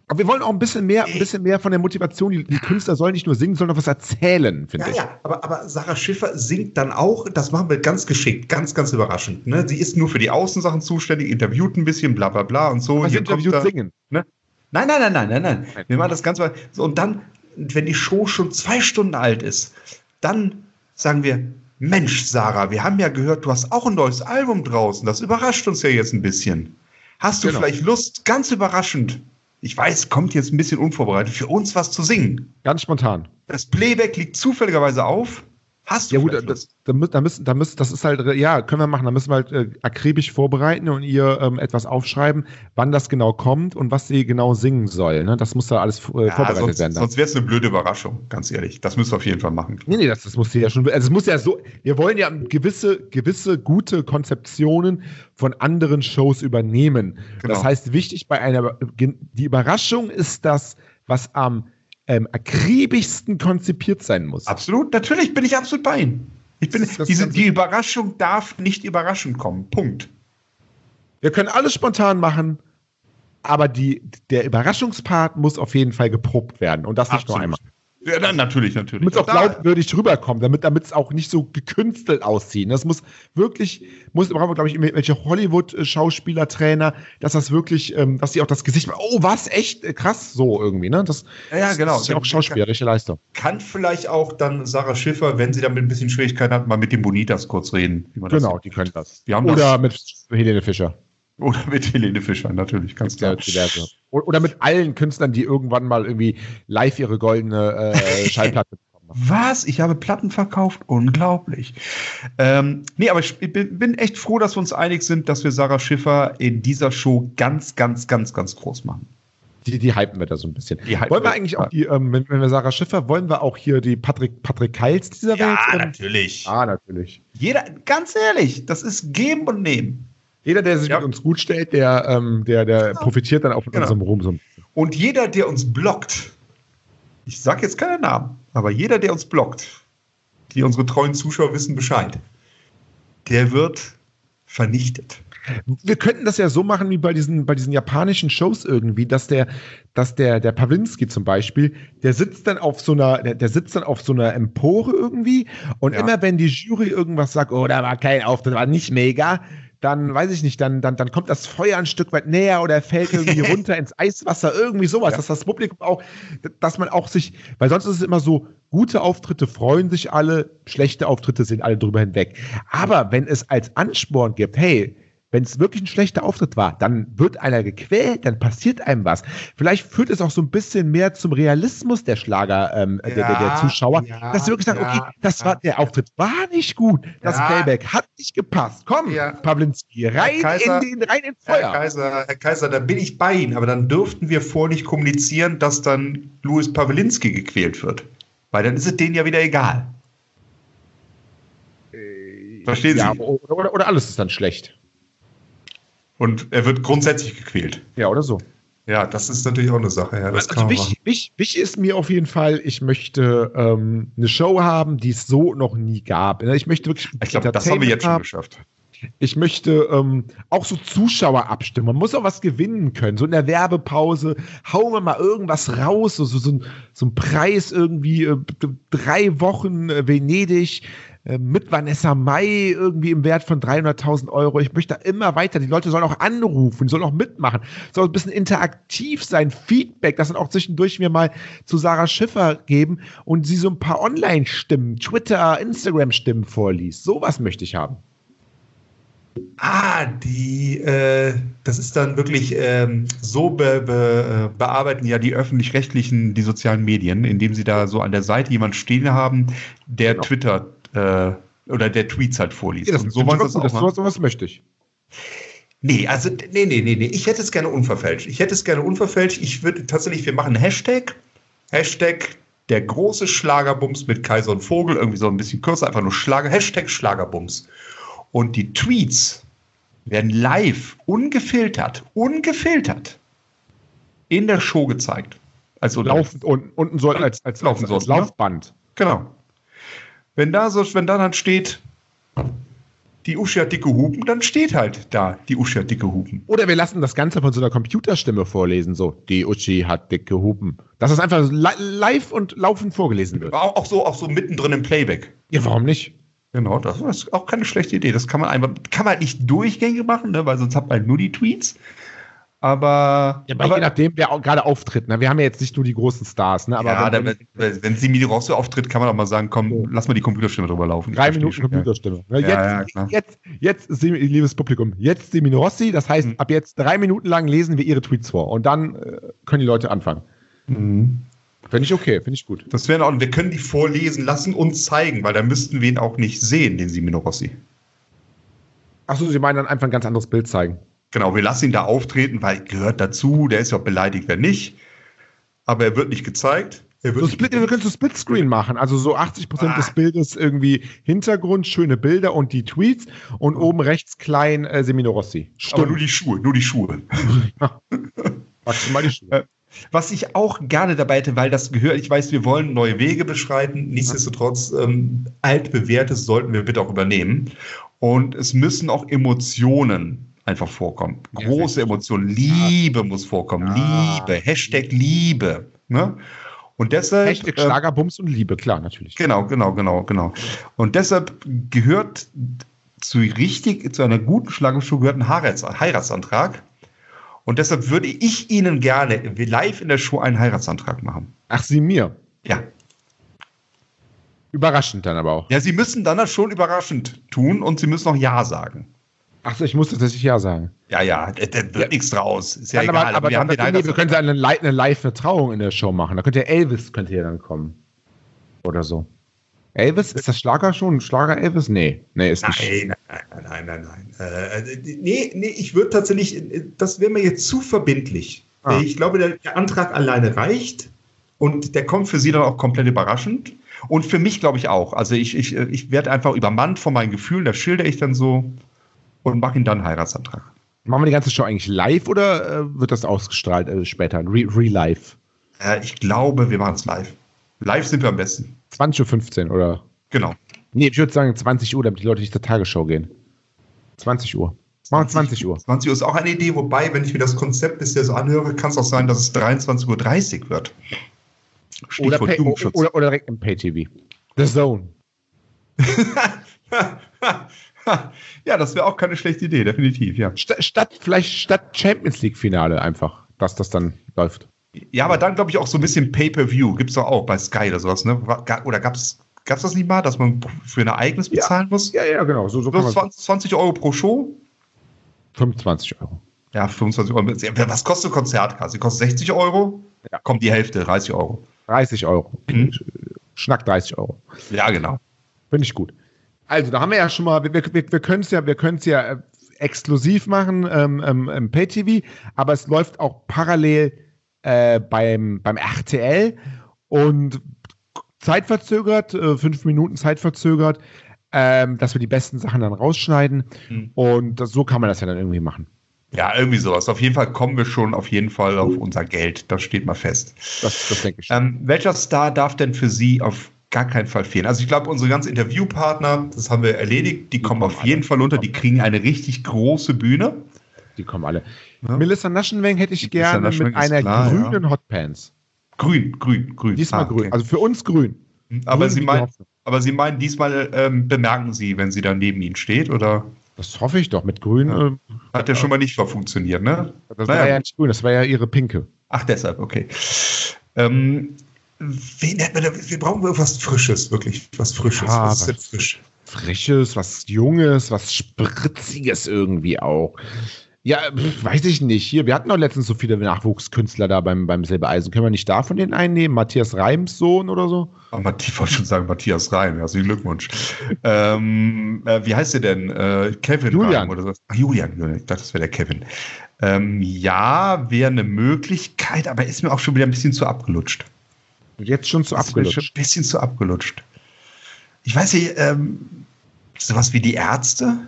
[SPEAKER 2] Aber wir wollen auch ein bisschen mehr, ein bisschen mehr von der Motivation. Die, die Künstler sollen nicht nur singen, sondern auch was erzählen, finde
[SPEAKER 3] Ja,
[SPEAKER 2] ich.
[SPEAKER 3] ja, aber, aber Sarah Schiffer singt dann auch, das machen wir ganz geschickt, ganz, ganz überraschend. Ne? Sie ist nur für die Außensachen zuständig, interviewt ein bisschen, bla bla bla und so.
[SPEAKER 2] Was
[SPEAKER 3] Hier
[SPEAKER 2] Also interviewt
[SPEAKER 3] kommt da-
[SPEAKER 2] singen?
[SPEAKER 3] ne? Nein, nein, nein, nein, nein, nein. Wir machen das Ganze mal. So, und dann, wenn die Show schon zwei Stunden alt ist, dann sagen wir, Mensch, Sarah, wir haben ja gehört, du hast auch ein neues Album draußen. Das überrascht uns ja jetzt ein bisschen. Hast du
[SPEAKER 2] Genau.
[SPEAKER 3] vielleicht Lust, ganz überraschend, ich weiß, kommt jetzt ein bisschen unvorbereitet, für uns was zu singen?
[SPEAKER 2] Ganz spontan.
[SPEAKER 3] Das Playback liegt zufälligerweise auf. Hast du
[SPEAKER 2] Ja gut,
[SPEAKER 3] vielleicht
[SPEAKER 2] das, da, mü- da müssen, da müssen, das ist halt, re- ja, können wir machen. Da müssen wir halt äh, akribisch vorbereiten und ihr ähm, etwas aufschreiben, wann das genau kommt und was sie genau singen soll. Ne? Das muss da alles äh,
[SPEAKER 3] ja,
[SPEAKER 2] vorbereitet
[SPEAKER 3] sonst,
[SPEAKER 2] werden. Dann.
[SPEAKER 3] sonst wäre es eine blöde Überraschung, ganz ehrlich. Das müssen wir auf jeden Fall machen.
[SPEAKER 2] Nee, nee, das, das muss ja schon, also es muss ja so, wir wollen ja gewisse, gewisse gute Konzeptionen von anderen Shows übernehmen.
[SPEAKER 3] Genau.
[SPEAKER 2] Das heißt, wichtig bei einer, die Überraschung ist das, was am ähm, akribischsten konzipiert sein muss.
[SPEAKER 3] Absolut, natürlich bin ich absolut bei Ihnen. Ich bin,
[SPEAKER 2] Das ist das
[SPEAKER 3] diese,
[SPEAKER 2] Ganze.
[SPEAKER 3] die Überraschung darf nicht überraschend kommen. Punkt.
[SPEAKER 2] Wir können alles spontan machen, aber die, der Überraschungspart muss auf jeden Fall geprobt werden und das nicht nur einmal.
[SPEAKER 3] Ja, dann natürlich, natürlich.
[SPEAKER 2] Damit es auch
[SPEAKER 3] Da-
[SPEAKER 2] glaubwürdig rüberkommt, damit damit es auch nicht so gekünstelt aussieht. Das muss wirklich, muss brauchen wir, glaube ich, irgendwelche Hollywood-Schauspieler, Trainer, dass das wirklich, ähm, dass sie auch das Gesicht, oh, was, echt Äh, krass, so irgendwie, ne? Das,
[SPEAKER 3] Ja, ja, genau.
[SPEAKER 2] das ist ja auch schauspielerische Leistung.
[SPEAKER 3] Kann vielleicht auch dann Sarah Schiffer, wenn sie damit ein bisschen Schwierigkeiten hat, mal mit den Bonitas kurz reden. wie man das
[SPEAKER 2] Genau,
[SPEAKER 3] sieht.
[SPEAKER 2] die können das.
[SPEAKER 3] Wir haben
[SPEAKER 2] Oder
[SPEAKER 3] das,
[SPEAKER 2] mit Helene Fischer.
[SPEAKER 3] oder mit Helene Fischer, natürlich, ganz
[SPEAKER 2] Ja,
[SPEAKER 3] klar.
[SPEAKER 2] diverse. O- Oder mit allen Künstlern, die irgendwann mal irgendwie live ihre goldene äh, Schallplatte bekommen haben.
[SPEAKER 3] Was? Ich habe Platten verkauft? Unglaublich. Ähm, nee, aber ich bin, bin echt froh, dass wir uns einig sind, dass wir Sarah Schiffer in dieser Show ganz, ganz, ganz, ganz groß machen.
[SPEAKER 2] Die, die hypen wir da so ein bisschen.
[SPEAKER 3] Die hypen
[SPEAKER 2] wollen wir
[SPEAKER 3] wir.
[SPEAKER 2] eigentlich auch die, ähm, wenn, wenn wir Sarah Schiffer, wollen wir auch hier die Patrick, Patrick Keils dieser Welt? Ähm,
[SPEAKER 3] natürlich.
[SPEAKER 2] ah, natürlich.
[SPEAKER 3] Jeder, ganz ehrlich, das ist geben und nehmen.
[SPEAKER 2] Jeder, der sich
[SPEAKER 3] Ja.
[SPEAKER 2] mit uns gut stellt, der, ähm, der, der profitiert dann auch von
[SPEAKER 3] Genau.
[SPEAKER 2] unserem Ruhm. So. ein bisschen.
[SPEAKER 3] Und jeder, der uns blockt, ich sage jetzt keinen Namen, aber jeder, der uns blockt, die unsere treuen Zuschauer wissen Bescheid, der wird vernichtet.
[SPEAKER 2] Wir könnten das ja so machen wie bei diesen, bei diesen japanischen Shows irgendwie, dass der, dass der, der Pawlinski zum Beispiel, der sitzt dann auf so einer, der, der sitzt dann auf so einer Empore irgendwie und
[SPEAKER 3] Ja.
[SPEAKER 2] immer wenn die Jury irgendwas sagt, oh, da war kein Auftritt, war nicht mega, dann weiß ich nicht, dann, dann, dann kommt das Feuer ein Stück weit näher oder fällt irgendwie runter ins Eiswasser, irgendwie sowas,
[SPEAKER 3] Ja.
[SPEAKER 2] dass das Publikum auch, dass man auch sich, weil sonst ist es immer so, gute Auftritte freuen sich alle, schlechte Auftritte sind alle drüber hinweg. Aber wenn es als Ansporn gibt, hey, wenn es wirklich ein schlechter Auftritt war, dann wird einer gequält, dann passiert einem was. Vielleicht führt es auch so ein bisschen mehr zum Realismus der Schlager, ähm, der, der, der
[SPEAKER 3] Ja,
[SPEAKER 2] Zuschauer,
[SPEAKER 3] ja,
[SPEAKER 2] dass sie wirklich sagen,
[SPEAKER 3] ja,
[SPEAKER 2] Ah, okay, das
[SPEAKER 3] ja.
[SPEAKER 2] war, der Auftritt war nicht gut, das
[SPEAKER 3] Ja.
[SPEAKER 2] Playback hat nicht gepasst. Komm,
[SPEAKER 3] Ja.
[SPEAKER 2] Pawlinski, rein,
[SPEAKER 3] Kaiser,
[SPEAKER 2] in den, rein ins
[SPEAKER 3] Herr
[SPEAKER 2] Feuer.
[SPEAKER 3] Kaiser, Herr Kaiser, da bin ich bei Ihnen, aber dann dürften wir vor nicht kommunizieren, dass dann Louis Pawlinski gequält wird. Weil dann ist es denen ja wieder egal. Verstehen
[SPEAKER 2] Ja,
[SPEAKER 3] Sie?
[SPEAKER 2] oder, oder, oder alles ist dann schlecht.
[SPEAKER 3] Und er wird grundsätzlich gequält.
[SPEAKER 2] Ja, oder so.
[SPEAKER 3] Ja, das ist natürlich auch eine Sache. Ja,
[SPEAKER 2] Also
[SPEAKER 3] das kann man machen.
[SPEAKER 2] wichtig, wichtig, wichtig ist mir auf jeden Fall, ich möchte ähm, eine Show haben, die es so noch nie gab. Ich möchte wirklich.
[SPEAKER 3] Ich glaube, das haben wir jetzt schon
[SPEAKER 2] Entertainment
[SPEAKER 3] geschafft.
[SPEAKER 2] Ich möchte ähm, auch so Zuschauer abstimmen. Man muss auch was gewinnen können. So in der Werbepause hauen wir mal irgendwas raus. So, so, so, ein, so ein Preis irgendwie äh, d- drei Wochen äh, Venedig äh, mit Vanessa Mai irgendwie im Wert von 300.000 Euro. Ich möchte da immer weiter. Die Leute sollen auch anrufen, die sollen auch mitmachen. Es Soll ein bisschen interaktiv sein, Feedback, das dann auch zwischendurch mir mal zu Sarah Schiffer geben und sie so ein paar Online-Stimmen, Twitter, Instagram-Stimmen vorliest. Sowas möchte ich haben.
[SPEAKER 3] Ah, die, äh, das ist dann wirklich, ähm, so be, be, äh, bearbeiten ja die öffentlich-rechtlichen die sozialen Medien, indem sie da so an der Seite jemanden stehen haben, der
[SPEAKER 2] Genau.
[SPEAKER 3] Twitter äh, oder der Tweets halt vorliest.
[SPEAKER 2] Ja, das,
[SPEAKER 3] Und
[SPEAKER 2] so
[SPEAKER 3] wollen
[SPEAKER 2] was,
[SPEAKER 3] sie das auch ne?
[SPEAKER 2] das,
[SPEAKER 3] machen.
[SPEAKER 2] sowas, sowas möchte ich.
[SPEAKER 3] Nee, also, nee, nee, nee, nee. Ich hätte es gerne unverfälscht. Ich hätte es gerne unverfälscht. Ich würde tatsächlich, wir machen einen Hashtag. Hashtag der große Schlagerbums mit Kaiser und Vogel. Irgendwie so ein bisschen kürzer, einfach nur Schlager. Hashtag Schlagerbums. Und die Tweets werden live, ungefiltert, ungefiltert in der Show gezeigt. Also
[SPEAKER 2] Laufend unten, unten soll als, als,
[SPEAKER 3] Laufen
[SPEAKER 2] als, als
[SPEAKER 3] soll, ne?
[SPEAKER 2] Laufband.
[SPEAKER 3] Genau. Wenn da so, wenn da dann steht, die Uschi hat dicke Hupen, dann steht halt da, die Uschi hat dicke Hupen.
[SPEAKER 2] Oder wir lassen das Ganze von so einer Computerstimme vorlesen, so, die Uschi hat dicke Hupen. Dass das einfach li live und laufend vorgelesen wird.
[SPEAKER 3] Auch, auch, so, auch so mittendrin im Playback.
[SPEAKER 2] Ja, warum nicht?
[SPEAKER 3] Genau, das ist auch keine schlechte Idee. Das kann man einfach, kann man halt nicht durchgängig machen, ne? weil sonst hat man nur die Tweets. Aber,
[SPEAKER 2] Ja, aber
[SPEAKER 3] aber
[SPEAKER 2] je nachdem, wer auch gerade auftritt. Ne? Wir haben ja jetzt nicht nur die großen Stars, ne? aber
[SPEAKER 3] ja,
[SPEAKER 2] wenn,
[SPEAKER 3] dann, wenn, wenn Simi Rosso auftritt, kann man auch mal sagen, komm, lass mal die Computerstimme drüber laufen.
[SPEAKER 2] drei
[SPEAKER 3] Ich verstehe
[SPEAKER 2] Minuten
[SPEAKER 3] schon, ja.
[SPEAKER 2] Computerstimme. Ne? Jetzt,
[SPEAKER 3] Ja, ja, klar.
[SPEAKER 2] jetzt, jetzt, Semi- liebes Publikum, jetzt Semino Rossi. Das heißt,
[SPEAKER 3] Hm.
[SPEAKER 2] ab jetzt drei Minuten lang lesen wir ihre Tweets vor und dann äh, können die Leute anfangen. Finde ich okay, finde ich gut.
[SPEAKER 3] Mhm. Das wäre in Ordnung. Wir können die vorlesen lassen und zeigen, weil dann müssten wir ihn auch nicht sehen, den Simino Rossi.
[SPEAKER 2] Achso, Sie meinen dann einfach ein ganz anderes Bild zeigen.
[SPEAKER 3] Genau, wir lassen ihn da auftreten, weil gehört dazu, der ist ja auch beleidigt, wenn nicht. Aber er wird nicht gezeigt. Er wird
[SPEAKER 2] So Split, wir können so Splitscreen machen, also so 80%
[SPEAKER 3] Ah.
[SPEAKER 2] des Bildes irgendwie Hintergrund, schöne Bilder und die Tweets und oben rechts klein äh, Semino Rossi.
[SPEAKER 3] aber nur die Schuhe, nur die Schuhe.
[SPEAKER 2] Maximal die Schuhe.
[SPEAKER 3] Was ich auch gerne dabei hätte, weil das gehört, ich weiß, wir wollen neue Wege beschreiten, nichtsdestotrotz ähm, altbewährtes sollten wir bitte auch übernehmen. Und es müssen auch Emotionen einfach vorkommen.
[SPEAKER 2] Ja,
[SPEAKER 3] Große Emotionen. Liebe muss vorkommen.
[SPEAKER 2] Ja.
[SPEAKER 3] Liebe. Hashtag Liebe. Ne? Und deshalb.
[SPEAKER 2] Hashtag
[SPEAKER 3] ähm,
[SPEAKER 2] Schlagerbums und Liebe, klar, natürlich.
[SPEAKER 3] Genau, genau, genau, genau. Und deshalb gehört zu richtig, zu einer guten Schlagerschuh gehört ein Heirats Heiratsantrag. Und deshalb würde ich Ihnen gerne live in der Show einen Heiratsantrag machen.
[SPEAKER 2] Ach, sie mir.
[SPEAKER 3] Ja.
[SPEAKER 2] Überraschend dann aber auch.
[SPEAKER 3] Ja, Sie müssen dann das schon überraschend tun und Sie müssen auch Ja sagen.
[SPEAKER 2] Achso, ich muss tatsächlich ja sagen.
[SPEAKER 3] Ja, ja, da da wird nichts draus. Ist ja
[SPEAKER 2] Dann
[SPEAKER 3] egal.
[SPEAKER 2] aber, aber
[SPEAKER 3] wir haben den
[SPEAKER 2] dann, nee, wir
[SPEAKER 3] Heiratsantrag.
[SPEAKER 2] können eine, Li- eine live eine Trauung in der Show machen. Da könnte ja Elvis könnte ja dann kommen. Oder so. Elvis? Ist das Schlager schon? Schlager Elvis? Nee. Nee, ist nicht.
[SPEAKER 3] Nein, nein, nein, nein, nein. nein. Äh, nee, nee, ich würde tatsächlich, äh, das wäre mir jetzt zu verbindlich.
[SPEAKER 2] Ah.
[SPEAKER 3] Ich glaube, der, der Antrag alleine reicht und der kommt für Sie dann auch komplett überraschend. Und für mich glaube ich auch. Also ich, ich, äh, ich werde einfach übermannt von meinen Gefühlen, das schildere ich dann so und mache Ihnen dann einen Heiratsantrag.
[SPEAKER 2] Machen wir die ganze Show eigentlich live oder äh, wird das ausgestrahlt äh, später? Re- Re-Live.
[SPEAKER 3] Äh, ich glaube, wir machen es live. Live sind wir am besten.
[SPEAKER 2] 20.15 Uhr oder?
[SPEAKER 3] Genau.
[SPEAKER 2] Nee, ich würde sagen 20 Uhr, damit die Leute nicht zur Tagesschau gehen. 20 Uhr. Machen wir 20 Uhr.
[SPEAKER 3] 20 Uhr ist auch eine Idee, wobei, wenn ich mir das Konzept bisher so anhöre, kann es auch sein, dass es 23.30 Uhr wird.
[SPEAKER 2] Oder,
[SPEAKER 3] Stichwort
[SPEAKER 2] Pay,
[SPEAKER 3] Jugendschutz.
[SPEAKER 2] oder, oder direkt im Pay-TV. The Zone.
[SPEAKER 3] ja, das wäre auch keine schlechte Idee, definitiv, ja.
[SPEAKER 2] Sta- Statt, vielleicht statt Champions League-Finale einfach, dass das dann läuft.
[SPEAKER 3] Ja, aber dann glaube ich auch so ein bisschen Pay-Per-View. Gibt es doch auch bei Sky oder sowas, ne? Ga- Oder gab es das nicht mal, dass man für ein Ereignis
[SPEAKER 2] Ja.
[SPEAKER 3] bezahlen muss?
[SPEAKER 2] Ja, ja, genau. So, so
[SPEAKER 3] So 20 20 Euro pro Show?
[SPEAKER 2] 25 Euro.
[SPEAKER 3] Ja, 25 Euro. Ja, Was kostet Konzertkasse? Kostet 60 Euro?
[SPEAKER 2] Ja.
[SPEAKER 3] Kommt die Hälfte, 30 Euro.
[SPEAKER 2] 30 Euro.
[SPEAKER 3] Mhm.
[SPEAKER 2] Schnack 30 Euro.
[SPEAKER 3] Ja, genau.
[SPEAKER 2] Finde ich gut. Also, da haben wir ja schon mal, wir, wir, wir können es ja, wir können's ja äh, exklusiv machen ähm, ähm, im Pay-TV, aber es läuft auch parallel äh, beim, beim RTL und zeitverzögert, äh, fünf Minuten zeitverzögert, ähm, dass wir die besten Sachen dann rausschneiden
[SPEAKER 3] Mhm.
[SPEAKER 2] und das, so kann man das ja dann irgendwie machen.
[SPEAKER 3] Ja, irgendwie sowas. Auf jeden Fall kommen wir schon auf jeden Fall auf unser Geld. Das steht mal fest.
[SPEAKER 2] Das, das denke ich. schon.
[SPEAKER 3] Ähm, welcher Star darf denn für Sie auf gar keinen Fall fehlen? Also ich glaube, unsere ganzen Interviewpartner, das haben wir erledigt, die kommen auf jeden Fall unter, die kriegen eine richtig große Bühne.
[SPEAKER 2] Die kommen alle.
[SPEAKER 3] Ja.
[SPEAKER 2] Melissa Naschenweng hätte ich
[SPEAKER 3] Melissa
[SPEAKER 2] gerne mit
[SPEAKER 3] Naschenweng ist
[SPEAKER 2] einer
[SPEAKER 3] klar, ja.
[SPEAKER 2] grünen Hotpants.
[SPEAKER 3] Grün, grün, grün.
[SPEAKER 2] Diesmal
[SPEAKER 3] Ah,
[SPEAKER 2] grün.
[SPEAKER 3] okay.
[SPEAKER 2] Also für uns grün.
[SPEAKER 3] aber,
[SPEAKER 2] grün
[SPEAKER 3] Sie
[SPEAKER 2] wie die
[SPEAKER 3] meinen,
[SPEAKER 2] Hoffnung.
[SPEAKER 3] aber Sie meinen, diesmal ähm, bemerken Sie, wenn sie dann neben Ihnen steht, oder?
[SPEAKER 2] Das hoffe ich doch. Mit grün.
[SPEAKER 3] Ja.
[SPEAKER 2] ähm,
[SPEAKER 3] Hat ja schon mal nicht mal funktioniert, ne?
[SPEAKER 2] Das
[SPEAKER 3] Naja,
[SPEAKER 2] war ja nicht grün, das war ja ihre pinke.
[SPEAKER 3] Ach, deshalb, okay. Ähm, wen hätten wir, denn- wir brauchen irgendwas Frisches, wirklich. Was Frisches.
[SPEAKER 2] Ja,
[SPEAKER 3] was ist denn
[SPEAKER 2] was-
[SPEAKER 3] frisch?
[SPEAKER 2] Frisches, was Junges, was Spritziges irgendwie auch. Ja, pf, weiß ich nicht. Hier, wir hatten doch letztens so viele Nachwuchskünstler da beim, beim Silbereisen. Können wir nicht da von denen einnehmen? Matthias Reims Sohn oder so?
[SPEAKER 3] Oh, Matthias, ich wollte schon sagen, Matthias Reim, herzlichen Glückwunsch. ähm, äh, wie heißt der denn? Äh, Kevin
[SPEAKER 2] Julian.
[SPEAKER 3] Reim oder so? Ach, Julian, Julian, ich dachte, das wäre der Kevin. Ähm, ja, wäre eine Möglichkeit, aber ist mir auch schon wieder ein bisschen zu abgelutscht.
[SPEAKER 2] Jetzt schon zu
[SPEAKER 3] Ist mir Schon
[SPEAKER 2] abgelutscht.
[SPEAKER 3] ein bisschen zu abgelutscht. Ich weiß nicht, ähm, sowas wie die Ärzte?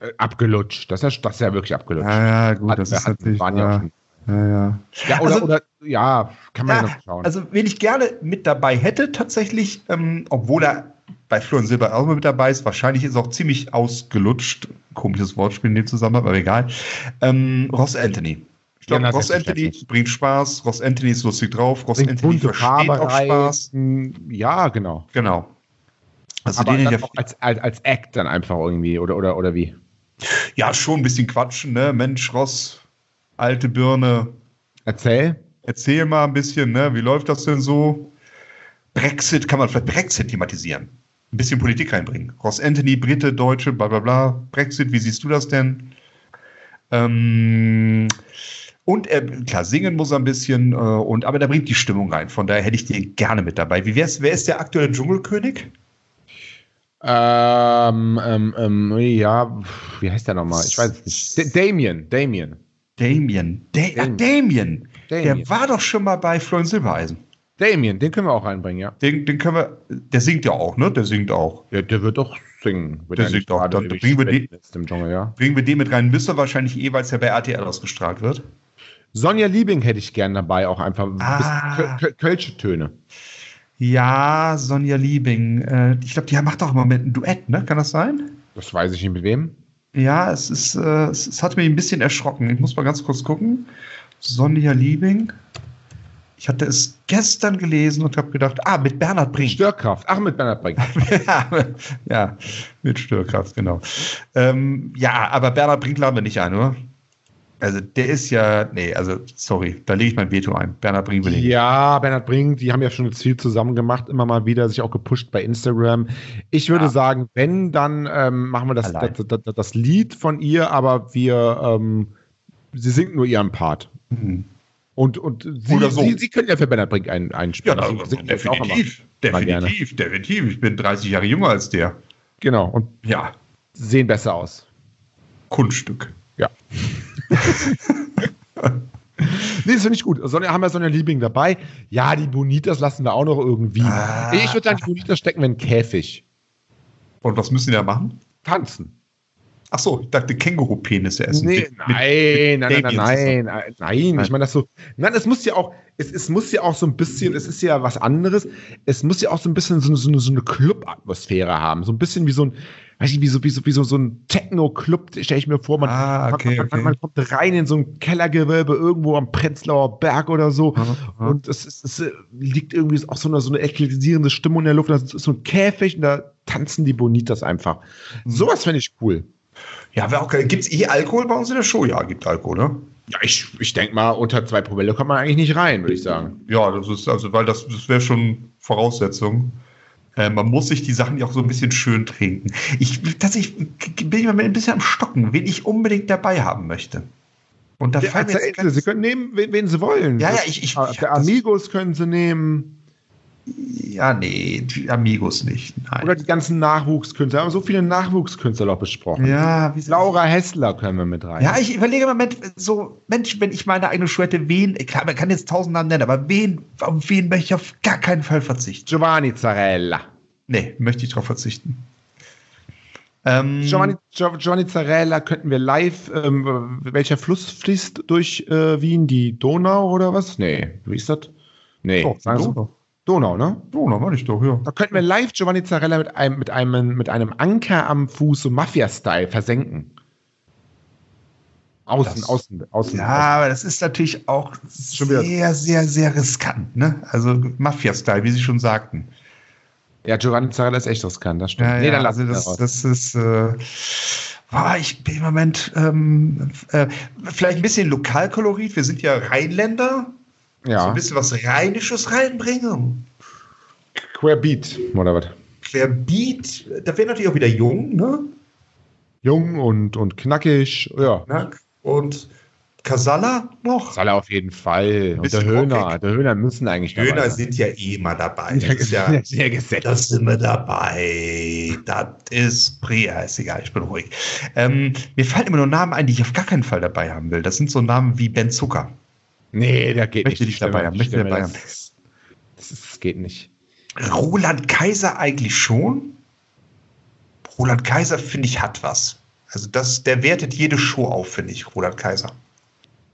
[SPEAKER 2] Äh, Abgelutscht. Das ist, ja, das ist ja wirklich abgelutscht.
[SPEAKER 3] Ja, ja, gut,
[SPEAKER 2] Hatten
[SPEAKER 3] das
[SPEAKER 2] wir-
[SPEAKER 3] ist
[SPEAKER 2] hatten-
[SPEAKER 3] natürlich.
[SPEAKER 2] waren ja auch schon.
[SPEAKER 3] ja, ja.
[SPEAKER 2] ja, oder,
[SPEAKER 3] Also-
[SPEAKER 2] oder, ja, kann man ja,
[SPEAKER 3] Ja,
[SPEAKER 2] noch schauen.
[SPEAKER 3] also, wen ich gerne mit dabei hätte, tatsächlich, ähm, obwohl er bei Florian Silber auch mit dabei ist. Wahrscheinlich ist er auch ziemlich ausgelutscht. Komisches Wortspiel in dem Zusammenhang, aber egal. Ähm, Ross Anthony. Ich glaube,
[SPEAKER 2] Ja, das
[SPEAKER 3] Ross
[SPEAKER 2] ist
[SPEAKER 3] Anthony
[SPEAKER 2] verständlich.
[SPEAKER 3] bringt Spaß. Ross Anthony ist lustig drauf. Ross
[SPEAKER 2] Bringt
[SPEAKER 3] Anthony
[SPEAKER 2] bunte
[SPEAKER 3] versteht
[SPEAKER 2] Farbe
[SPEAKER 3] auch
[SPEAKER 2] rein.
[SPEAKER 3] Spaß.
[SPEAKER 2] Ja, genau.
[SPEAKER 3] Genau. Also
[SPEAKER 2] Aber
[SPEAKER 3] den in
[SPEAKER 2] dann
[SPEAKER 3] der
[SPEAKER 2] auch als, als, als Act dann einfach irgendwie oder, oder, oder wie?
[SPEAKER 3] ja, schon ein bisschen quatschen, ne? Mensch, Ross, alte Birne,
[SPEAKER 2] Erzähl.
[SPEAKER 3] erzähl mal ein bisschen, ne? Wie läuft das denn so? Brexit, kann man vielleicht Brexit thematisieren? Ein bisschen Politik reinbringen. Ross Anthony, Brite, Deutsche, bla bla bla. Brexit, wie siehst du das denn? Ähm, und er, klar, singen muss er ein bisschen, äh, und, aber da bringt die Stimmung rein. Von daher hätte ich den gerne mit dabei. Wie wär's, wer ist der aktuelle Dschungelkönig?
[SPEAKER 2] Ähm, ähm, ähm, ja, pf, wie heißt der nochmal? Ich weiß es nicht. Da- Damien, Damien.
[SPEAKER 3] Damien. Da Ach,
[SPEAKER 2] Damien.
[SPEAKER 3] Damien. Der
[SPEAKER 2] Damien.
[SPEAKER 3] war doch schon mal bei Florian Silbereisen.
[SPEAKER 2] Damien, den können wir auch reinbringen, ja.
[SPEAKER 3] Den, den können wir, der singt ja auch, ne? Der singt auch.
[SPEAKER 2] Ja, der wird doch singen. wenn
[SPEAKER 3] Der
[SPEAKER 2] er
[SPEAKER 3] singt
[SPEAKER 2] nicht
[SPEAKER 3] doch,
[SPEAKER 2] gerade
[SPEAKER 3] dann
[SPEAKER 2] ewig
[SPEAKER 3] bringen wir die-
[SPEAKER 2] schlecht ist Im Dschungel, ja.
[SPEAKER 3] Bringen wir den mit rein, müsste wahrscheinlich eh, weil es ja bei RTL ausgestrahlt wird.
[SPEAKER 2] Sonja Liebing hätte ich gern dabei, auch einfach.
[SPEAKER 3] Ah.
[SPEAKER 2] Bisschen Köl- Köl- Kölsche Töne.
[SPEAKER 3] Ja, Sonja Liebing. Äh, ich glaube, die macht doch im Moment ein Duett, ne? Kann das sein?
[SPEAKER 2] Das weiß ich nicht mit wem.
[SPEAKER 3] Ja, es ist, äh, es, es hat mich ein bisschen erschrocken. Ich muss mal ganz kurz gucken. Sonja Liebing. Ich hatte es gestern gelesen und habe gedacht, ah, mit Bernhard Brink.
[SPEAKER 2] Störkraft. Ach, mit Bernhard Brink.
[SPEAKER 3] ja, mit Störkraft, genau. Ähm, ja, aber Bernhard Brink laden wir nicht ein, oder? Also der ist ja, nee, also sorry, da lege ich mein Veto ein. Bernhard Brink will ich nicht.
[SPEAKER 2] Ja, Bernhard Brink, die haben ja schon viel zusammen gemacht, immer mal wieder, sich auch gepusht bei Instagram. Ich würde
[SPEAKER 3] Ja.
[SPEAKER 2] sagen, wenn, dann ähm, machen wir das,
[SPEAKER 3] Allein.
[SPEAKER 2] das, das, das Lied von ihr, aber wir, ähm, sie singt nur ihren Part.
[SPEAKER 3] Hm.
[SPEAKER 2] Und, und sie,
[SPEAKER 3] Oder so.
[SPEAKER 2] sie, sie können ja für Bernhard Brink ein,
[SPEAKER 3] Ja,
[SPEAKER 2] einspielen.
[SPEAKER 3] da,
[SPEAKER 2] Sie singt das auch immer.
[SPEAKER 3] definitiv, definitiv, definitiv. Ich bin 30 Jahre jünger als der.
[SPEAKER 2] Genau, und
[SPEAKER 3] Ja,
[SPEAKER 2] sehen besser aus.
[SPEAKER 3] Kunststück.
[SPEAKER 2] Ja. nee, das finde ich gut. Sonja, haben wir Sonja Liebing dabei? Ja, die Bonitas lassen wir auch noch irgendwie.
[SPEAKER 3] Ah.
[SPEAKER 2] Ich würde sagen, die Bonitas stecken wir in den Käfig.
[SPEAKER 3] Und was müssen die da machen?
[SPEAKER 2] Tanzen.
[SPEAKER 3] Ach so, ich dachte Känguru-Penisse essen.
[SPEAKER 2] Nee,
[SPEAKER 3] Mit- mit-
[SPEAKER 2] nein, nein, nein,
[SPEAKER 3] Damien
[SPEAKER 2] nein, nein, nein. Ich meine, das so. Nein, es muss ja auch, es, es muss ja auch so ein bisschen, es ist ja was anderes. Es muss ja auch so ein bisschen so, eine- so, eine- so eine Club-Atmosphäre haben. So ein bisschen wie so ein, weiß ich, wie so, wie so, wie so, so ein Techno-Club, stelle ich mir vor. Man,
[SPEAKER 3] Ah, okay,
[SPEAKER 2] man, man,
[SPEAKER 3] okay.
[SPEAKER 2] man kommt rein in so ein Kellergewölbe irgendwo am Prenzlauer Berg oder so.
[SPEAKER 3] Aha.
[SPEAKER 2] Und es, ist- es, äh, liegt irgendwie auch so eine, so eine ekletisierende Stimmung in der Luft. Da ist so ein Käfig und da tanzen die Bonitas einfach.
[SPEAKER 3] Mhm.
[SPEAKER 2] Sowas fände ich cool.
[SPEAKER 3] Ja, wär auch geil. Gibt's eh Alkohol bei uns in der Show? Ja, gibt Alkohol, ne?
[SPEAKER 2] Ja, ich, ich denke mal, unter zwei Promille kommt man eigentlich nicht rein, würde ich sagen.
[SPEAKER 3] Ja, das ist, also, weil das, das wäre schon Voraussetzung. Äh, man muss sich die Sachen ja auch so ein bisschen schön trinken. Ich, tatsächlich bin ich mal ein bisschen am Stocken, wen ich unbedingt dabei haben möchte. Und da
[SPEAKER 2] Ja,
[SPEAKER 3] fallen mir jetzt
[SPEAKER 2] erzählen
[SPEAKER 3] ganz-
[SPEAKER 2] Sie, Sie können nehmen, wen, wen Sie wollen.
[SPEAKER 3] Ja, ja,
[SPEAKER 2] Das-
[SPEAKER 3] ich- ich-
[SPEAKER 2] Ah,
[SPEAKER 3] ich
[SPEAKER 2] der
[SPEAKER 3] hab das-
[SPEAKER 2] Amigos können Sie nehmen
[SPEAKER 3] Ja, nee, die Amigos nicht. Nein.
[SPEAKER 2] oder die ganzen Nachwuchskünstler. Wir haben so viele Nachwuchskünstler doch besprochen.
[SPEAKER 3] ja, wie Mhm. Laura.
[SPEAKER 2] Laura Hessler können wir mit rein.
[SPEAKER 3] Ja, ich überlege im Moment so, Mensch, wenn ich meine eigene Show hätte, wen, klar, man kann jetzt tausend Namen nennen, aber wen, auf wen möchte ich auf gar keinen Fall verzichten?
[SPEAKER 2] Giovanni Zarella.
[SPEAKER 3] Nee, möchte ich drauf verzichten. Ähm,
[SPEAKER 2] Giovanni, Gio- Giovanni Zarella könnten wir live. Ähm, welcher Fluss fließt durch äh, Wien? Die Donau oder was? Nee, wie ist das? Nee,
[SPEAKER 3] doch,
[SPEAKER 2] sagen Sie-
[SPEAKER 3] Oh, Donau.
[SPEAKER 2] Donau, ne?
[SPEAKER 3] Donau, meine ich doch, ja.
[SPEAKER 2] Da könnten wir live Giovanni Zarella mit einem, mit einem, mit einem Anker am Fuß, so Mafia-Style, versenken. Außen,
[SPEAKER 3] Das-
[SPEAKER 2] außen, außen.
[SPEAKER 3] Ja,
[SPEAKER 2] außen.
[SPEAKER 3] aber das ist natürlich auch
[SPEAKER 2] Schon wieder-
[SPEAKER 3] sehr, sehr, sehr riskant, ne? Also Mafia-Style, wie Sie schon sagten.
[SPEAKER 2] ja, Giovanni Zarella ist echt riskant, das stimmt.
[SPEAKER 3] Ja,
[SPEAKER 2] nee,
[SPEAKER 3] ja,
[SPEAKER 2] dann lass
[SPEAKER 3] also
[SPEAKER 2] also
[SPEAKER 3] das, das ist. Äh, boah, ich bin im Moment ähm, äh, vielleicht ein bisschen Lokalkolorit. Wir sind ja Rheinländer. So
[SPEAKER 2] Ja,
[SPEAKER 3] ein bisschen was Rheinisches reinbringen.
[SPEAKER 2] Queer Beat, oder was?
[SPEAKER 3] Querbeat, da wäre natürlich auch wieder jung, ne?
[SPEAKER 2] Jung und, und knackig, ja.
[SPEAKER 3] Na, Und Casalla noch.
[SPEAKER 2] Soll er auf jeden Fall. Und der
[SPEAKER 3] Bisschen
[SPEAKER 2] Höhner,
[SPEAKER 3] rockig.
[SPEAKER 2] der Höhner müssen eigentlich
[SPEAKER 3] Döner
[SPEAKER 2] dabei
[SPEAKER 3] sind ja eh immer dabei.
[SPEAKER 2] sein.
[SPEAKER 3] Das ist ja,
[SPEAKER 2] sehr gesetzt.
[SPEAKER 3] Da sind wir dabei. Das ist Priya. Ist egal, ich bin ruhig. Ähm, mir fallen immer nur Namen ein, die ich auf gar keinen Fall dabei haben will. Das sind so Namen wie Ben Zucker.
[SPEAKER 2] Nee, da geht
[SPEAKER 3] Möchte
[SPEAKER 2] nicht.
[SPEAKER 3] nicht dabei haben, möchte
[SPEAKER 2] Stimme,
[SPEAKER 3] dabei
[SPEAKER 2] das, das, das geht nicht.
[SPEAKER 3] Roland Kaiser eigentlich schon. Roland Kaiser, finde ich, hat was. Also das, der wertet jede Show auf, finde ich, Roland Kaiser.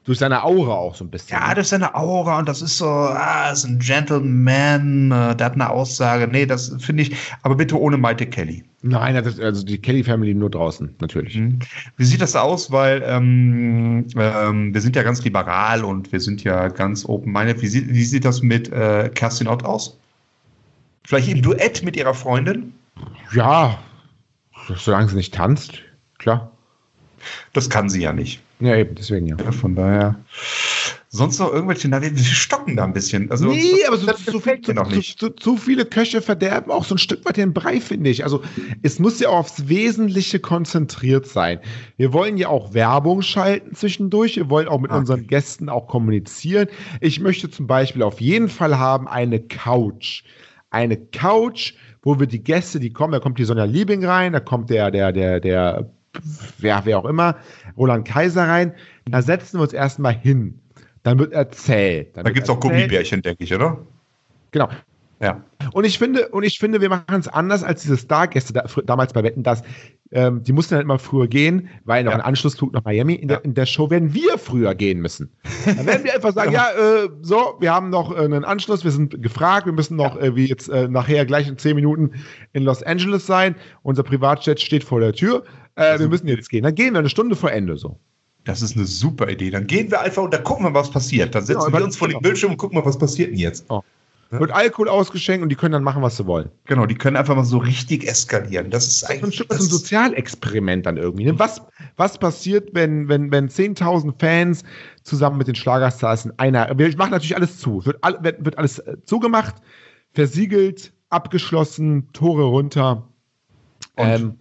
[SPEAKER 2] durch seine Aura auch so ein bisschen.
[SPEAKER 3] Ja, durch seine Aura und das ist so, ah, ist ein Gentleman, äh, der hat eine Aussage. Nee, das finde ich, aber bitte ohne Maite Kelly. Mhm.
[SPEAKER 2] Nein, das ist, also die Kelly Family nur draußen, natürlich.
[SPEAKER 3] Wie sieht das aus? Weil ähm, ähm, wir sind ja ganz liberal und wir sind ja ganz open-minded. Wie, sieht- wie sieht das mit äh, Kerstin Ott aus? Vielleicht im Duett mit ihrer Freundin?
[SPEAKER 2] Ja, solange sie nicht tanzt, klar.
[SPEAKER 3] Das kann sie ja nicht.
[SPEAKER 2] Ja, eben, deswegen ja.
[SPEAKER 3] Ja, Von daher. Sonst noch irgendwelche, na, wir wir stocken da ein bisschen. Also,
[SPEAKER 2] Nee, aber so, so, viel,
[SPEAKER 3] gefällt
[SPEAKER 2] zu,
[SPEAKER 3] mir noch nicht.
[SPEAKER 2] Zu, zu, zu viele Köche verderben auch so ein Stück weit den Brei, finde ich. Also es muss ja auch aufs Wesentliche konzentriert sein. Wir wollen ja auch Werbung schalten zwischendurch. Wir wollen auch mit
[SPEAKER 3] Ah.
[SPEAKER 2] unseren Gästen auch kommunizieren. Ich möchte zum Beispiel auf jeden Fall haben eine Couch. Eine Couch, wo wir die Gäste, die kommen, da kommt die Sonja Liebing rein, da kommt der, der, der, der, wer, wer auch immer, Roland Kaiser rein. Da setzen wir uns erstmal hin. Dann wird erzählt. Dann
[SPEAKER 3] Da
[SPEAKER 2] wird
[SPEAKER 3] gibt es auch
[SPEAKER 2] erzählt.
[SPEAKER 3] Gummibärchen, denke ich, oder?
[SPEAKER 2] Genau.
[SPEAKER 3] Ja.
[SPEAKER 2] Und ich finde, und ich finde, wir machen es anders als diese Stargäste da, fr- damals bei Wetten, dass ähm, die mussten halt immer früher gehen, weil noch
[SPEAKER 3] Ja.
[SPEAKER 2] ein Anschlussflug nach Miami. In,
[SPEAKER 3] Ja.
[SPEAKER 2] der, in der Show werden wir früher gehen müssen. Dann werden wir einfach sagen, ja, äh, so, wir haben noch äh, einen Anschluss, wir sind gefragt, wir müssen noch äh, wie jetzt äh, nachher gleich in zehn Minuten in Los Angeles sein. Unser Privatjet steht vor der Tür. Äh, wir müssen jetzt gehen. Dann gehen wir eine Stunde vor Ende so.
[SPEAKER 3] Das ist eine super Idee. Dann gehen wir einfach und dann gucken wir, was passiert. Dann setzen
[SPEAKER 2] Genau,
[SPEAKER 3] wir uns vor den
[SPEAKER 2] genau.
[SPEAKER 3] Bildschirm und gucken mal, was passiert denn jetzt.
[SPEAKER 2] Wird Alkohol ausgeschenkt und die können dann machen, was sie wollen.
[SPEAKER 3] Genau, die können einfach mal so richtig eskalieren. Das ist
[SPEAKER 2] so ein
[SPEAKER 3] eigentlich.
[SPEAKER 2] Stück was ein
[SPEAKER 3] das-
[SPEAKER 2] Sozialexperiment dann irgendwie. Ne? Was, was passiert, wenn, wenn, wenn 10.000 Fans zusammen mit den Schlagerstars in einer. Wir machen natürlich alles zu. Es Wird, all, wird, wird alles äh, zugemacht, versiegelt, abgeschlossen, Tore runter.
[SPEAKER 3] Und-
[SPEAKER 2] Ähm,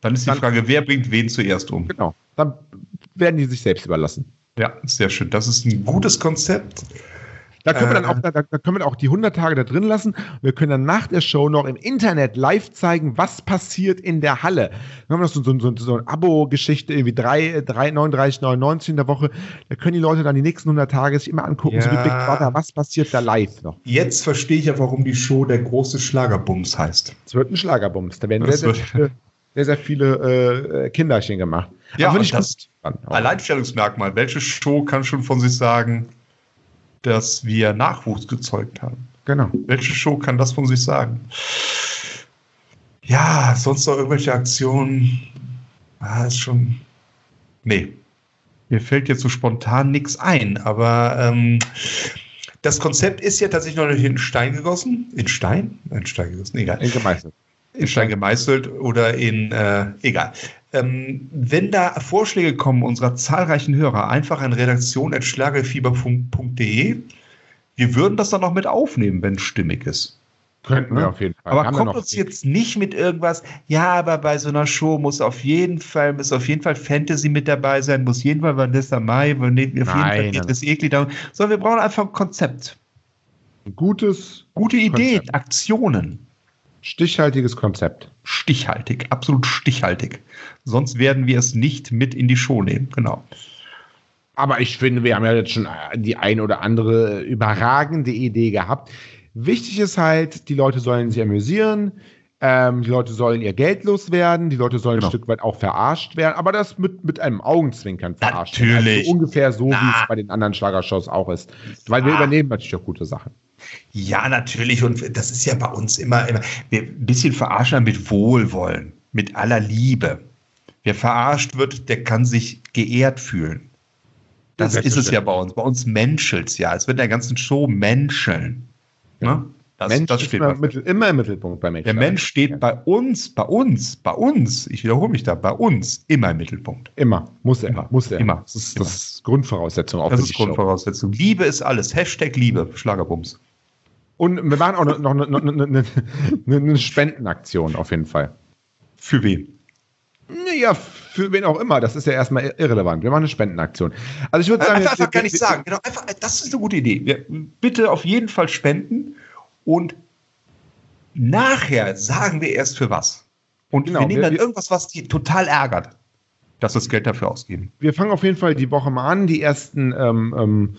[SPEAKER 3] dann ist die
[SPEAKER 2] dann-
[SPEAKER 3] Frage, wer bringt wen zuerst um?
[SPEAKER 2] genau. Dann werden die sich selbst überlassen.
[SPEAKER 3] Ja, sehr schön. Das ist ein gutes Konzept.
[SPEAKER 2] Da können, wir dann
[SPEAKER 3] Äh.
[SPEAKER 2] auch, da, da können wir auch die 100 Tage da drin lassen. Wir können dann nach der Show noch im Internet live zeigen, was passiert in der Halle. Dann haben wir noch so, so, so, so eine Abo-Geschichte, irgendwie 3, 3, 39, 99 in der Woche. Da können die Leute dann die nächsten 100 Tage sich immer angucken, so wie
[SPEAKER 3] Ja.
[SPEAKER 2] Big Brother, was passiert da live noch.
[SPEAKER 3] Jetzt verstehe ich ja, warum die Show der große Schlagerbums heißt.
[SPEAKER 2] Es wird ein Schlagerbums. Da werden sehr,
[SPEAKER 3] Das
[SPEAKER 2] sehr
[SPEAKER 3] wird-
[SPEAKER 2] viele, sehr, sehr viele äh, Kinderchen gemacht.
[SPEAKER 3] Ja,
[SPEAKER 2] Aber finde
[SPEAKER 3] und
[SPEAKER 2] ich
[SPEAKER 3] das-
[SPEAKER 2] gut dran auch.
[SPEAKER 3] Alleinstellungsmerkmal. Welche Show kann schon von sich sagen, dass wir Nachwuchs gezeugt haben?
[SPEAKER 2] Genau.
[SPEAKER 3] Welche Show kann das von sich sagen? Ja, sonst noch irgendwelche Aktionen. Ah, ist schon. Nee. Mir fällt jetzt so spontan nichts ein, aber ähm, das Konzept ist ja tatsächlich noch nicht in Stein gegossen. In Stein? In Stein gegossen, egal
[SPEAKER 2] Gemeißelt.
[SPEAKER 3] in Stein gemeißelt oder in, äh, egal. Ähm, wenn da Vorschläge kommen unserer zahlreichen Hörer, einfach an redaktion.schlagerfieber.de. Wir würden das dann noch mit aufnehmen, wenn es stimmig ist.
[SPEAKER 2] Könnten wir
[SPEAKER 3] Ja.
[SPEAKER 2] auf jeden Fall.
[SPEAKER 3] Aber
[SPEAKER 2] Haben wir
[SPEAKER 3] kommt
[SPEAKER 2] noch-
[SPEAKER 3] uns jetzt nicht mit irgendwas, ja, aber bei so einer Show muss auf jeden Fall, muss auf jeden Fall Fantasy mit dabei sein, muss jeden Fall Vanessa Mai, auf jeden Fall
[SPEAKER 2] Nein,
[SPEAKER 3] geht
[SPEAKER 2] nein.
[SPEAKER 3] das eklig da. Sondern wir brauchen einfach ein Konzept.
[SPEAKER 2] ein gutes,
[SPEAKER 3] Gute Ideen,
[SPEAKER 2] Konzept.
[SPEAKER 3] Aktionen.
[SPEAKER 2] stichhaltiges Konzept.
[SPEAKER 3] stichhaltig, absolut stichhaltig. Sonst werden wir es nicht mit in die Show nehmen, genau.
[SPEAKER 2] Aber ich finde, wir haben ja jetzt schon äh, die ein oder andere überragende Idee gehabt. Wichtig ist halt, die Leute sollen sich amüsieren, ähm, die Leute sollen ihr Geld loswerden, die Leute sollen
[SPEAKER 3] Genau.
[SPEAKER 2] ein Stück weit auch verarscht werden, aber das mit, mit einem Augenzwinkern verarscht. werden.
[SPEAKER 3] Natürlich.
[SPEAKER 2] Also ungefähr so, wie
[SPEAKER 3] Na.
[SPEAKER 2] es bei den anderen Schlagershows auch ist. Weil wir
[SPEAKER 3] Ah.
[SPEAKER 2] übernehmen natürlich auch gute Sachen.
[SPEAKER 3] Ja, natürlich. Und das ist ja bei uns immer, immer wir ein bisschen verarschen aber mit Wohlwollen, mit aller Liebe. Wer verarscht wird, der kann sich geehrt fühlen. Das
[SPEAKER 2] Ja,
[SPEAKER 3] ist es
[SPEAKER 2] selbstverständlich.
[SPEAKER 3] ja bei uns. Bei uns menschelt's ja. Es wird in der ganzen Show menscheln. Ne? Das,
[SPEAKER 2] Mensch
[SPEAKER 3] das
[SPEAKER 2] ist
[SPEAKER 3] steht
[SPEAKER 2] immer,
[SPEAKER 3] bei-
[SPEAKER 2] im Mittel- immer im Mittelpunkt bei Menschen.
[SPEAKER 3] Der Mensch steht bei uns, bei uns, bei uns, ich wiederhole mich da, bei uns immer im Mittelpunkt.
[SPEAKER 2] Immer. Muss er.
[SPEAKER 3] Immer.
[SPEAKER 2] Muss er.
[SPEAKER 3] Immer.
[SPEAKER 2] Das ist, das ist Grundvoraussetzung auch
[SPEAKER 3] Das
[SPEAKER 2] für
[SPEAKER 3] ist
[SPEAKER 2] die Show.
[SPEAKER 3] Grundvoraussetzung. Liebe ist alles. Hashtag Liebe, Schlagerbums.
[SPEAKER 2] Und wir machen auch noch, noch, noch, noch, noch eine, eine Spendenaktion auf jeden Fall.
[SPEAKER 3] Für wen?
[SPEAKER 2] Naja, für wen auch immer, das ist ja erstmal irrelevant. Wir machen eine Spendenaktion. Also ich würde sagen,
[SPEAKER 3] Äh, Einfach, einfach
[SPEAKER 2] wir-
[SPEAKER 3] gar nicht sagen. Genau, einfach, das ist eine gute Idee. Wir, bitte auf jeden Fall spenden und nachher sagen wir erst für was. Und
[SPEAKER 2] Genau,
[SPEAKER 3] wir nehmen
[SPEAKER 2] wir-
[SPEAKER 3] dann
[SPEAKER 2] wir-
[SPEAKER 3] irgendwas, was die total ärgert, dass wir das Geld dafür ausgeben.
[SPEAKER 2] wir fangen auf jeden Fall die Woche mal an. Die ersten, ähm, ähm,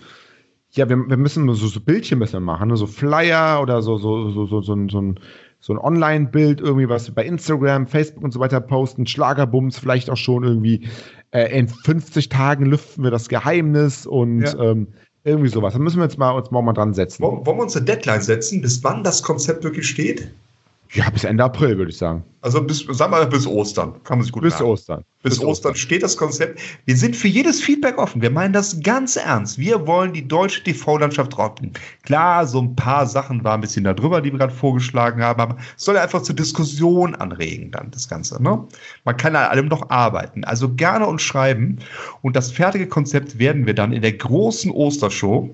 [SPEAKER 2] ja, wir, wir müssen so, so Bildchen müssen wir machen, ne? so Flyer oder so, so, so, so, so, ein- so ein so ein Online-Bild irgendwie, was wir bei Instagram, Facebook und so weiter posten, Schlagerbums vielleicht auch schon irgendwie, äh, in 50 Tagen lüften wir das Geheimnis und
[SPEAKER 3] Ja.
[SPEAKER 2] ähm, irgendwie sowas. Da müssen wir jetzt mal, uns morgen mal dran setzen.
[SPEAKER 3] Wollen wollen wir uns eine Deadline setzen, bis wann das Konzept wirklich steht?
[SPEAKER 2] Ja, bis Ende April, würde ich sagen.
[SPEAKER 3] Also bis, sagen wir bis Ostern. Kann man sich gut
[SPEAKER 2] Bis
[SPEAKER 3] merken.
[SPEAKER 2] Ostern.
[SPEAKER 3] Bis Ostern steht das Konzept. Wir sind für jedes Feedback offen. Wir meinen das ganz ernst. Wir wollen die deutsche TV-Landschaft rocken. Klar, so ein paar Sachen waren ein bisschen da drüber, die wir gerade vorgeschlagen haben, aber es soll ja einfach zur Diskussion anregen, dann das Ganze. Ne? Man kann an allem noch arbeiten. Also gerne uns schreiben. Und das fertige Konzept werden wir dann in der großen Ostershow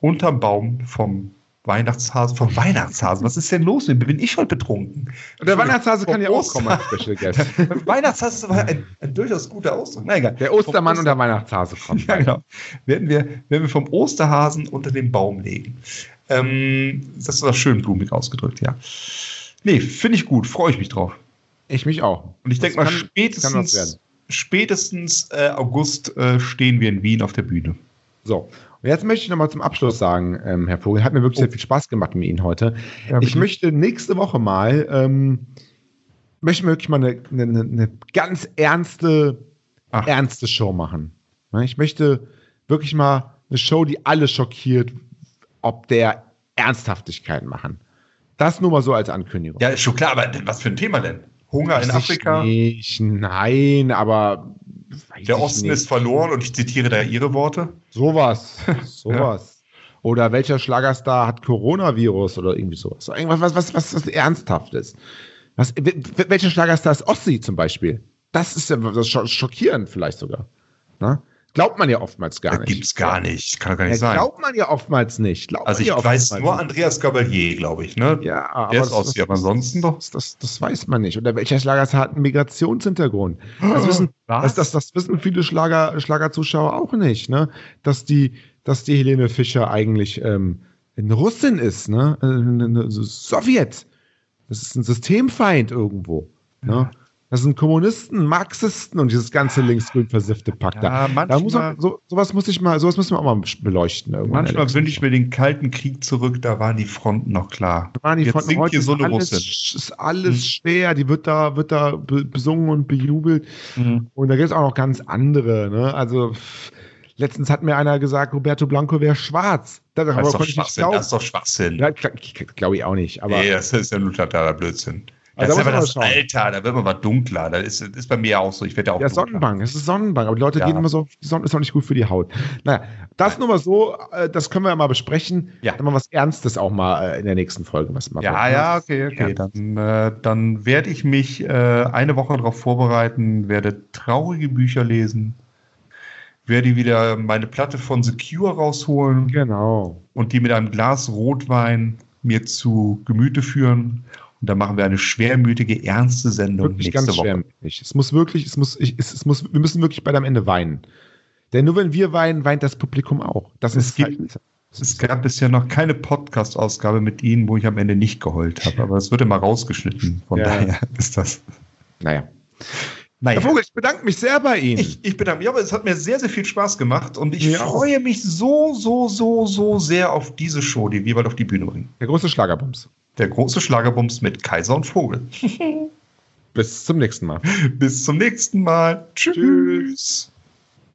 [SPEAKER 3] unterm Baum vom Weihnachtshasen, vom Weihnachtshasen. Was ist denn los? mit mir? Bin ich heute betrunken?
[SPEAKER 2] Und der Weihnachtshase kann ja auch
[SPEAKER 3] Ostern.
[SPEAKER 2] kommen als Special Guest.
[SPEAKER 3] Weihnachtshasen war ein, ein durchaus guter Ausdruck. Na egal.
[SPEAKER 2] Der Ostermann
[SPEAKER 3] Vom
[SPEAKER 2] und der Weihnachtshase kommen.
[SPEAKER 3] Ja, genau. Werden wir, werden wir vom Osterhasen unter den Baum legen. Ähm, das war schön blumig ausgedrückt, ja. Nee, finde ich gut, freue ich mich drauf.
[SPEAKER 2] Ich mich auch.
[SPEAKER 3] Und ich denke mal,
[SPEAKER 2] Das kann- kann was
[SPEAKER 3] spätestens,
[SPEAKER 2] werden.
[SPEAKER 3] spätestens äh, August äh, stehen wir in Wien auf der Bühne.
[SPEAKER 2] So. Und jetzt möchte ich nochmal zum Abschluss sagen, ähm, Herr Vogel, hat mir wirklich sehr viel Spaß gemacht mit Ihnen heute.
[SPEAKER 3] Ja,
[SPEAKER 2] ich
[SPEAKER 3] bitte.
[SPEAKER 2] möchte nächste Woche mal, ähm, möchte mir wirklich mal eine, eine, eine ganz ernste,
[SPEAKER 3] Ach.
[SPEAKER 2] ernste Show machen. Ne, Ich möchte wirklich mal eine Show, die alle schockiert, ob der Ernsthaftigkeit machen. Das nur mal so als Ankündigung.
[SPEAKER 3] Ja, ist schon klar, aber was für ein Thema denn? Hunger
[SPEAKER 2] Weiß
[SPEAKER 3] in
[SPEAKER 2] ich
[SPEAKER 3] Afrika,
[SPEAKER 2] Nicht, nein, aber weiß
[SPEAKER 3] der
[SPEAKER 2] ich
[SPEAKER 3] Osten
[SPEAKER 2] nicht.
[SPEAKER 3] ist verloren und ich zitiere da Ihre Worte.
[SPEAKER 2] Sowas. Sowas. Oder welcher Schlagerstar hat Coronavirus oder irgendwie sowas. Irgendwas, was, was, was, was ernsthaft ist. Was, w- w- welcher Schlagerstar ist Ossi zum Beispiel? Das ist ja das scho- schockierend vielleicht sogar. Na? Glaubt man ja oftmals gar
[SPEAKER 3] Das
[SPEAKER 2] nicht.
[SPEAKER 3] gibt's gar nicht, kann doch gar nicht
[SPEAKER 2] Ja,
[SPEAKER 3] sein.
[SPEAKER 2] glaubt man ja oftmals nicht. Glaubt
[SPEAKER 3] also
[SPEAKER 2] man
[SPEAKER 3] ich
[SPEAKER 2] ja
[SPEAKER 3] weiß
[SPEAKER 2] oftmals
[SPEAKER 3] nur
[SPEAKER 2] nicht.
[SPEAKER 3] Andreas Gabalier, glaube ich, ne?
[SPEAKER 2] Ja, aber
[SPEAKER 3] Der
[SPEAKER 2] das,
[SPEAKER 3] ist aus, aber ansonsten doch.
[SPEAKER 2] das, das, das weiß man nicht. Oder welcher Schlagerstar hat einen Migrationshintergrund?
[SPEAKER 3] Oh.
[SPEAKER 2] Das wissen, das, das, das wissen viele Schlager, Schlagerzuschauer auch nicht, ne? Dass die, dass die Helene Fischer eigentlich ähm, eine Russin ist, ne? Äh, Eine, eine Sowjet. Das ist ein Systemfeind irgendwo. Ne? Das sind Kommunisten, Marxisten und dieses ganze linksgrün versiffte Pack
[SPEAKER 3] Ja,
[SPEAKER 2] da. da muss
[SPEAKER 3] manchmal-
[SPEAKER 2] man, so, sowas muss ich mal, sowas müssen wir auch mal beleuchten irgendwann.
[SPEAKER 3] Manchmal wünsche ich mir den Kalten Krieg zurück, da waren die Fronten noch klar.
[SPEAKER 2] waren die
[SPEAKER 3] Jetzt
[SPEAKER 2] von
[SPEAKER 3] singt
[SPEAKER 2] heute
[SPEAKER 3] hier Mhm. so eine
[SPEAKER 2] alles,
[SPEAKER 3] Russin.
[SPEAKER 2] ist alles schwer, die wird da, wird da be- besungen und bejubelt. Und da gibt es auch noch ganz andere. Ne? Also pff, letztens hat mir einer gesagt, Roberto Blanco wäre schwarz. Da
[SPEAKER 3] Das
[SPEAKER 2] aber
[SPEAKER 3] ist doch
[SPEAKER 2] konnte ich nicht
[SPEAKER 3] Schwachsinn.
[SPEAKER 2] glauben.
[SPEAKER 3] Das ist doch Schwachsinn.
[SPEAKER 2] Ja, glaube ich auch nicht. Aber
[SPEAKER 3] nee, das ist ja nur totaler Blödsinn.
[SPEAKER 2] Also
[SPEAKER 3] Das ist
[SPEAKER 2] da muss
[SPEAKER 3] aber
[SPEAKER 2] man
[SPEAKER 3] das
[SPEAKER 2] mal schauen.
[SPEAKER 3] Alter, da wird man mal dunkler. Das ist, ist bei mir ja auch so. Ich werde ja auch
[SPEAKER 2] ja,
[SPEAKER 3] dunkler.
[SPEAKER 2] Sonnenbank, es ist Sonnenbank. Aber die Leute
[SPEAKER 3] Ja.
[SPEAKER 2] gehen immer so, die Sonne ist doch nicht gut für die Haut. Naja, das nur mal so, äh, das können wir ja mal besprechen.
[SPEAKER 3] Ja.
[SPEAKER 2] Dann mal was Ernstes auch mal äh, in der nächsten Folge. Was machen.
[SPEAKER 3] Ja, ne? ja, okay, okay. Dann, äh, dann werde ich mich äh, eine Woche darauf vorbereiten, werde traurige Bücher lesen, werde wieder meine Platte von The Cure rausholen.
[SPEAKER 2] Genau.
[SPEAKER 3] und die mit einem Glas Rotwein mir zu Gemüte führen. Und dann machen wir eine schwermütige, ernste Sendung
[SPEAKER 2] wirklich
[SPEAKER 3] nächste
[SPEAKER 2] ganz
[SPEAKER 3] Woche.
[SPEAKER 2] schwermütig. Es muss wirklich, es muss, ich, es, es muss, wir müssen wirklich bei am Ende weinen. Denn nur wenn wir weinen, weint das Publikum auch. Das
[SPEAKER 3] Es
[SPEAKER 2] ist
[SPEAKER 3] gibt-
[SPEAKER 2] halt, das
[SPEAKER 3] Es
[SPEAKER 2] ist
[SPEAKER 3] gab bisher noch keine Podcast-Ausgabe mit Ihnen, wo ich am Ende nicht geheult habe. Aber es wird immer rausgeschnitten. Von
[SPEAKER 2] Ja.
[SPEAKER 3] daher ist das.
[SPEAKER 2] naja.
[SPEAKER 3] Naja. Hm.
[SPEAKER 2] Herr Vogel, ich bedanke mich sehr bei Ihnen.
[SPEAKER 3] Ich, ich bedanke mich, aber es hat mir sehr, sehr viel Spaß gemacht und ich
[SPEAKER 2] Mir auch.
[SPEAKER 3] freue mich so, so, so, so sehr auf diese Show, die wir bald auf die Bühne bringen.
[SPEAKER 2] Der große Schlagerbums.
[SPEAKER 3] Der große Schlagerbums mit Kaiser und Vogel.
[SPEAKER 2] Bis zum nächsten Mal.
[SPEAKER 3] Bis zum nächsten Mal. Tschüss.